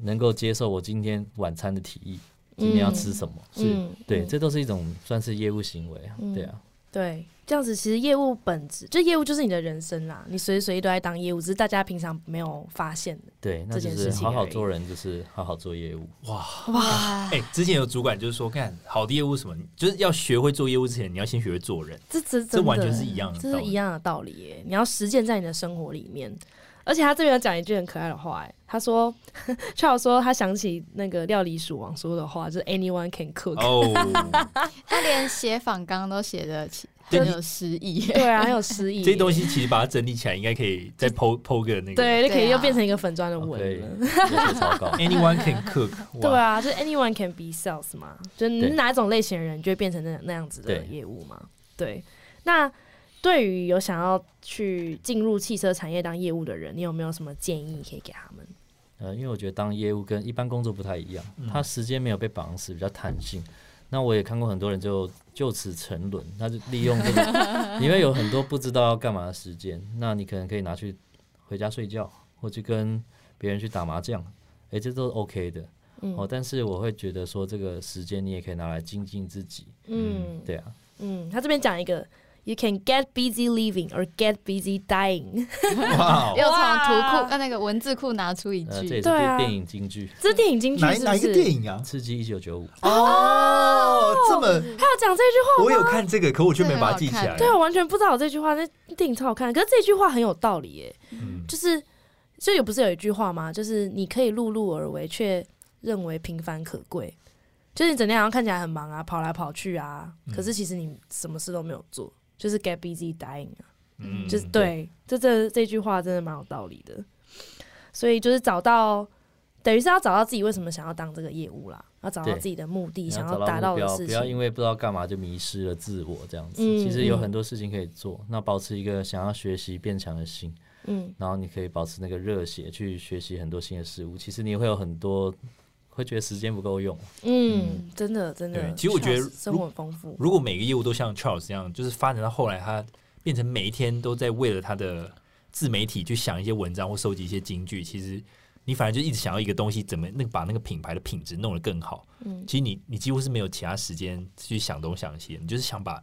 [SPEAKER 4] 能够接受我今天晚餐的提议，今天要吃什么？
[SPEAKER 2] 嗯，嗯
[SPEAKER 4] 对，
[SPEAKER 2] 嗯
[SPEAKER 4] 这都是一种算是业务行为啊，对啊。
[SPEAKER 2] 对，这样子其实业务本质，就业务就是你的人生啦，你随时随地都在当业务，只是大家平常没有发现的。
[SPEAKER 4] 对，那
[SPEAKER 2] 这
[SPEAKER 4] 就
[SPEAKER 2] 件
[SPEAKER 4] 是
[SPEAKER 2] 事情
[SPEAKER 4] 好好
[SPEAKER 2] 而已
[SPEAKER 4] 做人，就是好好 做业务。
[SPEAKER 1] 哇，
[SPEAKER 3] 哎、之前有主管就是说，看好的业务是什么，就是要学会做业务之前，你要先学会做人。
[SPEAKER 2] 这这
[SPEAKER 3] 这
[SPEAKER 2] 真的
[SPEAKER 3] 完全是一样的
[SPEAKER 2] 这
[SPEAKER 3] 道
[SPEAKER 2] 是
[SPEAKER 3] 理
[SPEAKER 2] 一样的道理耶。你要实践在你的生活里面。而且他这边有讲一句很可爱的话，哎，他说 ，Charles 说他想起那个料理鼠王说的话，就是 anyone can cook，、
[SPEAKER 3] 哦，
[SPEAKER 1] 他连写访纲都写的
[SPEAKER 3] 对
[SPEAKER 1] 很有诗意耶。
[SPEAKER 2] 对啊，很有诗意耶。
[SPEAKER 3] 这些东西其实把它整理起来，应该可以再剖剖个那个。
[SPEAKER 2] 对，就可
[SPEAKER 1] 对
[SPEAKER 2] 以
[SPEAKER 1] 啊
[SPEAKER 2] 又变成一个粉砖的文
[SPEAKER 4] OK，
[SPEAKER 2] 了。
[SPEAKER 4] 要写草稿。
[SPEAKER 3] ，Anyone can cook 哇。
[SPEAKER 2] 对啊，就是 anyone can be sales 嘛，就是你
[SPEAKER 4] 对
[SPEAKER 2] 哪一种类型的人，你就会变成那那样子的
[SPEAKER 4] 对
[SPEAKER 2] 业务嘛。对，那对于有想要去进入汽车产业当业务的人，你有没有什么建议可以给他们？
[SPEAKER 4] 呃，因为我觉得当业务跟一般工作不太一样
[SPEAKER 3] 嗯，
[SPEAKER 4] 它时间没有被绑死，比较弹性。那我也看过很多人就就此沉沦，那就利用 这个，因为有很多不知道要干嘛的时间，那你可能可以拿去回家睡觉，或去跟别人去打麻将，诶，这都是 OK 的。
[SPEAKER 2] 嗯
[SPEAKER 4] 哦，但是我会觉得说，这个时间你也可以拿来精进自己，
[SPEAKER 2] 嗯
[SPEAKER 4] 对啊，
[SPEAKER 2] 嗯，他这边讲一个。You can get busy living or get busy dying，
[SPEAKER 3] 哇 哦，
[SPEAKER 1] 又从图库
[SPEAKER 2] 哇
[SPEAKER 1] 呃那个文字库拿出一
[SPEAKER 4] 呃，这也
[SPEAKER 1] 句，
[SPEAKER 4] 是
[SPEAKER 2] 对啊
[SPEAKER 4] 电影京剧
[SPEAKER 2] 这是电影金句
[SPEAKER 3] 哪
[SPEAKER 2] 是不是？
[SPEAKER 3] 哪一个电影啊？
[SPEAKER 4] 《刺激一九九五》。
[SPEAKER 3] 哦，这么
[SPEAKER 2] 他有讲这句话，
[SPEAKER 3] 我有看这个，可我却没把它记起
[SPEAKER 1] 这个
[SPEAKER 3] 来
[SPEAKER 1] 好看。
[SPEAKER 2] 对啊
[SPEAKER 4] 哎
[SPEAKER 2] 我完全不知道有这句话，那电影超好看的。可是这句话很有道理耶，
[SPEAKER 3] 嗯
[SPEAKER 2] 就是就有不是有一句话吗？就是你可以碌碌而为，却认为平凡可贵。就是你整天好像看起来很忙啊，跑来跑去啊，
[SPEAKER 4] 嗯
[SPEAKER 2] 可是其实你什么事都没有做，就是 get busy dying 啊，
[SPEAKER 3] 嗯
[SPEAKER 2] 就是对，这这这句话真的蛮有道理的。所以就是找到，等于是要找到自己为什么想要当这个业务啦，要找到
[SPEAKER 4] 对
[SPEAKER 2] 自己的目的，
[SPEAKER 4] 你
[SPEAKER 2] 想
[SPEAKER 4] 找
[SPEAKER 2] 达到
[SPEAKER 4] 到目
[SPEAKER 2] 的
[SPEAKER 4] 标，
[SPEAKER 2] 事
[SPEAKER 4] 不要因
[SPEAKER 2] 情。
[SPEAKER 4] 为不知道干嘛就迷失了自我这样子。
[SPEAKER 2] 嗯
[SPEAKER 4] 其实有
[SPEAKER 2] 嗯
[SPEAKER 4] 很多事情可以做，那保持一个想要学习变强的心，
[SPEAKER 2] 嗯
[SPEAKER 4] 然后你可以保持那个热血去学习很多新的事物。其实你会有很多会觉得时间不够用，
[SPEAKER 2] 嗯，真的真的
[SPEAKER 3] 对，其实我觉得
[SPEAKER 2] 确实生
[SPEAKER 3] 如
[SPEAKER 2] 活很丰富。
[SPEAKER 3] 如果每个业务都像 Charles 这样，就是发展到后来，他变成每一天都在为了他的自媒体去想一些文章或收集一些金句，其实你反而就一直想要一个东西，怎么那个把那个品牌的品质弄得更好。
[SPEAKER 2] 嗯
[SPEAKER 3] 其实你你几乎是没有其他时间去想东想西，你就是想把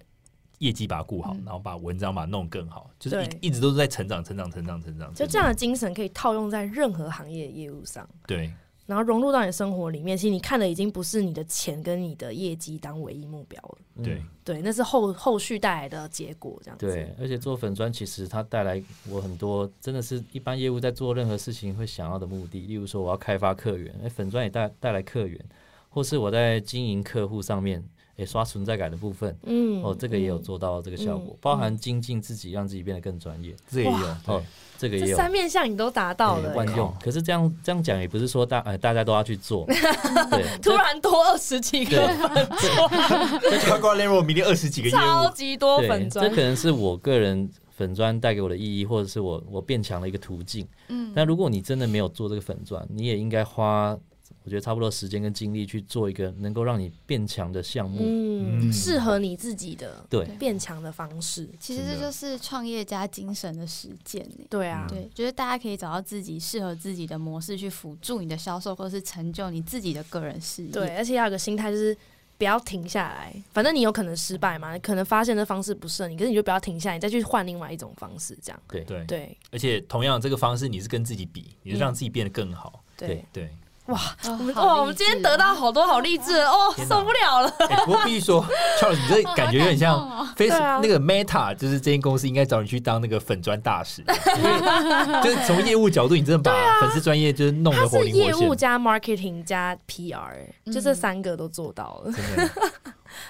[SPEAKER 3] 业绩把它顾好，然后把文章把它弄更好，就是
[SPEAKER 2] 对
[SPEAKER 3] 一一直都是在成长、成长、成长、成长。
[SPEAKER 2] 就这样的精神可以套用在任何行业的业务上，
[SPEAKER 3] 对，
[SPEAKER 2] 然后融入到你的生活里面。其实你看的已经不是你的钱跟你的业绩当唯一目标了，
[SPEAKER 4] 嗯
[SPEAKER 3] 对
[SPEAKER 2] 对，那是后后续带来的结果，这样子。
[SPEAKER 4] 对，而且做粉砖其实它带来我很多，真的是一般业务在做任何事情会想要的目的，例如说我要开发客源，哎，粉砖也带带来客源，或是我在经营客户上面，哎、也刷存在感的部分。
[SPEAKER 2] 嗯
[SPEAKER 4] 哦，这个也有做到这个效果，包含精进自己，让自己变得更专业。
[SPEAKER 3] 这也有
[SPEAKER 4] 哦
[SPEAKER 3] 对，
[SPEAKER 4] 这个也
[SPEAKER 2] 这
[SPEAKER 4] 有
[SPEAKER 2] 三面向你都达到
[SPEAKER 4] 对
[SPEAKER 2] 了、
[SPEAKER 4] 万
[SPEAKER 2] 欸
[SPEAKER 4] 用。可是这样这样讲也不是说大呃大家都要 去做，对，
[SPEAKER 2] 突然多二十几
[SPEAKER 4] 对
[SPEAKER 2] 个，
[SPEAKER 3] 呱呱 l e v e 明天二十几个业
[SPEAKER 2] 超
[SPEAKER 3] 务，
[SPEAKER 2] 级多
[SPEAKER 4] 对
[SPEAKER 2] 粉
[SPEAKER 4] 这
[SPEAKER 2] 砖
[SPEAKER 4] 可，能是我个人粉砖带给我的意义，或者是我我变强的一个途径。
[SPEAKER 1] 嗯，
[SPEAKER 4] 但如果你真的没有做这个粉砖，你也应该花我觉得差不多时间跟精力去做一个能够让你变强的项目。
[SPEAKER 2] 嗯，
[SPEAKER 3] 嗯
[SPEAKER 2] 适合你自己的
[SPEAKER 4] 对
[SPEAKER 1] 对
[SPEAKER 2] 变强的方式。
[SPEAKER 1] 其实
[SPEAKER 4] 真
[SPEAKER 1] 这
[SPEAKER 4] 的
[SPEAKER 1] 就是创业家精神的实践欸呢。
[SPEAKER 2] 对
[SPEAKER 4] 嗯
[SPEAKER 2] 啊，
[SPEAKER 1] 对，就是大家可以找到自己适合自己的模式去辅助你的销售，或是成就你自己的个人事业。
[SPEAKER 2] 对，而且要有个心态，就是不要停下来。反正你有可能失败嘛，可能发现的方式不适合你，可是你就不要停下来，你再去换另外一种方式，这样。
[SPEAKER 4] 对
[SPEAKER 3] 对，嗯
[SPEAKER 2] 对
[SPEAKER 3] 而且同样这个方式你是跟自己比，你是让自己变得更好。
[SPEAKER 2] 对
[SPEAKER 4] 对，
[SPEAKER 3] 对，
[SPEAKER 1] 哦，
[SPEAKER 2] 我们
[SPEAKER 1] 好
[SPEAKER 2] 哇，我
[SPEAKER 1] 励
[SPEAKER 2] 们今天
[SPEAKER 1] 志
[SPEAKER 2] 得
[SPEAKER 1] 哦
[SPEAKER 2] 到好多好励志的哦，
[SPEAKER 3] 天哪
[SPEAKER 2] 受不了了。
[SPEAKER 3] 哎不过必须说，Charles，你 这感觉
[SPEAKER 1] 好
[SPEAKER 3] 有点
[SPEAKER 1] 感
[SPEAKER 3] 像
[SPEAKER 1] 动哦
[SPEAKER 3] Face
[SPEAKER 2] 对啊
[SPEAKER 3] 那个 Meta，就是这间公司应该找你去当那个粉砖 大使，因为就是从业务角度，你真的把粉丝专业就是弄
[SPEAKER 2] 啊他
[SPEAKER 3] 得活
[SPEAKER 2] 是
[SPEAKER 3] 灵
[SPEAKER 2] 业
[SPEAKER 3] 活
[SPEAKER 2] 务
[SPEAKER 3] 现，
[SPEAKER 2] 加 marketing 加 PR，就这三个都做到了，
[SPEAKER 3] 真的。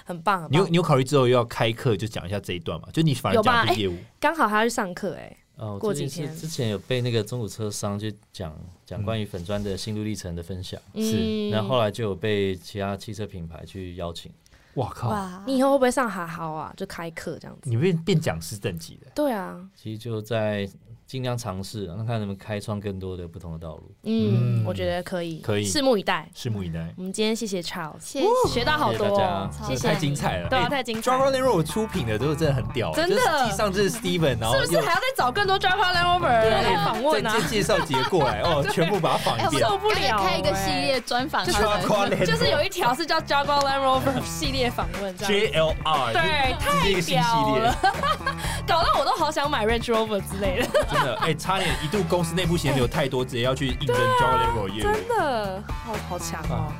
[SPEAKER 2] 很棒。很
[SPEAKER 3] 你有
[SPEAKER 2] 棒
[SPEAKER 3] 你有考虑之后又要开课就讲一下这一段嘛？就你反而
[SPEAKER 2] 有吧哎
[SPEAKER 3] 讲的是业务，
[SPEAKER 2] 刚好他要去上课，哎，
[SPEAKER 4] 哦，
[SPEAKER 2] 过
[SPEAKER 4] 最
[SPEAKER 2] 几
[SPEAKER 4] 近
[SPEAKER 2] 天
[SPEAKER 4] 是之前有被那个中古车商去讲讲关于粉砖的心路历程的分享，
[SPEAKER 3] 是
[SPEAKER 2] 嗯
[SPEAKER 4] 然后后来就有被其他汽车品牌去邀请。
[SPEAKER 3] 哇靠，
[SPEAKER 1] 哦哇，
[SPEAKER 2] 你以后会不会上哈豪啊？就开课这样子。
[SPEAKER 3] 你变变讲师等级的，
[SPEAKER 2] 对啊，
[SPEAKER 4] 其实就在尽量尝试，让看能不能开创更多的不同的道路。
[SPEAKER 2] 嗯，
[SPEAKER 3] 嗯
[SPEAKER 2] 我觉得可以，
[SPEAKER 3] 可以
[SPEAKER 2] 拭目以待。
[SPEAKER 3] 拭目以待。
[SPEAKER 2] 我们今天谢谢 Charles，
[SPEAKER 1] 谢谢
[SPEAKER 2] 学到好
[SPEAKER 4] 谢谢
[SPEAKER 2] 多
[SPEAKER 4] 大家
[SPEAKER 2] 哦，谢
[SPEAKER 1] 谢
[SPEAKER 2] 谢
[SPEAKER 1] 谢
[SPEAKER 3] 太精彩了，
[SPEAKER 2] 对啊，
[SPEAKER 3] 哎
[SPEAKER 2] 太精彩
[SPEAKER 3] Dragon
[SPEAKER 2] 了。
[SPEAKER 3] l a n Rover 出品的都真的很屌，
[SPEAKER 2] 真的
[SPEAKER 3] 就是继上这是 Steven，然后
[SPEAKER 2] 是不是
[SPEAKER 3] 又
[SPEAKER 2] 还要再找更多 Java Lover 来访问啊
[SPEAKER 3] 再？再介绍几个过来哦，全部把它放
[SPEAKER 1] 哎
[SPEAKER 3] 一
[SPEAKER 1] 我们
[SPEAKER 3] 遍。
[SPEAKER 2] 受不了欸
[SPEAKER 1] 赶紧开一个系列专访他们。
[SPEAKER 2] 就是有一条是叫 Java Lover 系列访问，这样
[SPEAKER 3] JLR，
[SPEAKER 2] 对
[SPEAKER 3] 这直接一个新系
[SPEAKER 2] 太屌
[SPEAKER 3] 列，
[SPEAKER 2] 了 搞到我都好想买 Range Rover 之类的。
[SPEAKER 3] 真的，哎，差点一度公司内部嫌流太多，直接要去应征 Dragon Level 业务。
[SPEAKER 2] 真的，好好强哦！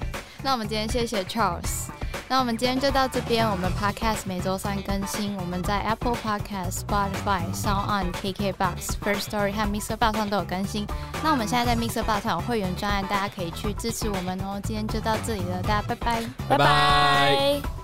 [SPEAKER 1] 那我们今天谢谢 Charles。那我们今天就到这边。我们 Podcast 每周三更新，我们在 Apple Podcast、Spotify、Sound On、KKBox、First Story 和 Mixer Box 上都有更新。那我们现在在 Mixer Box 上有会员专案，大家可以去支持我们哦。今天就到这里了，大家拜拜。
[SPEAKER 3] 拜拜。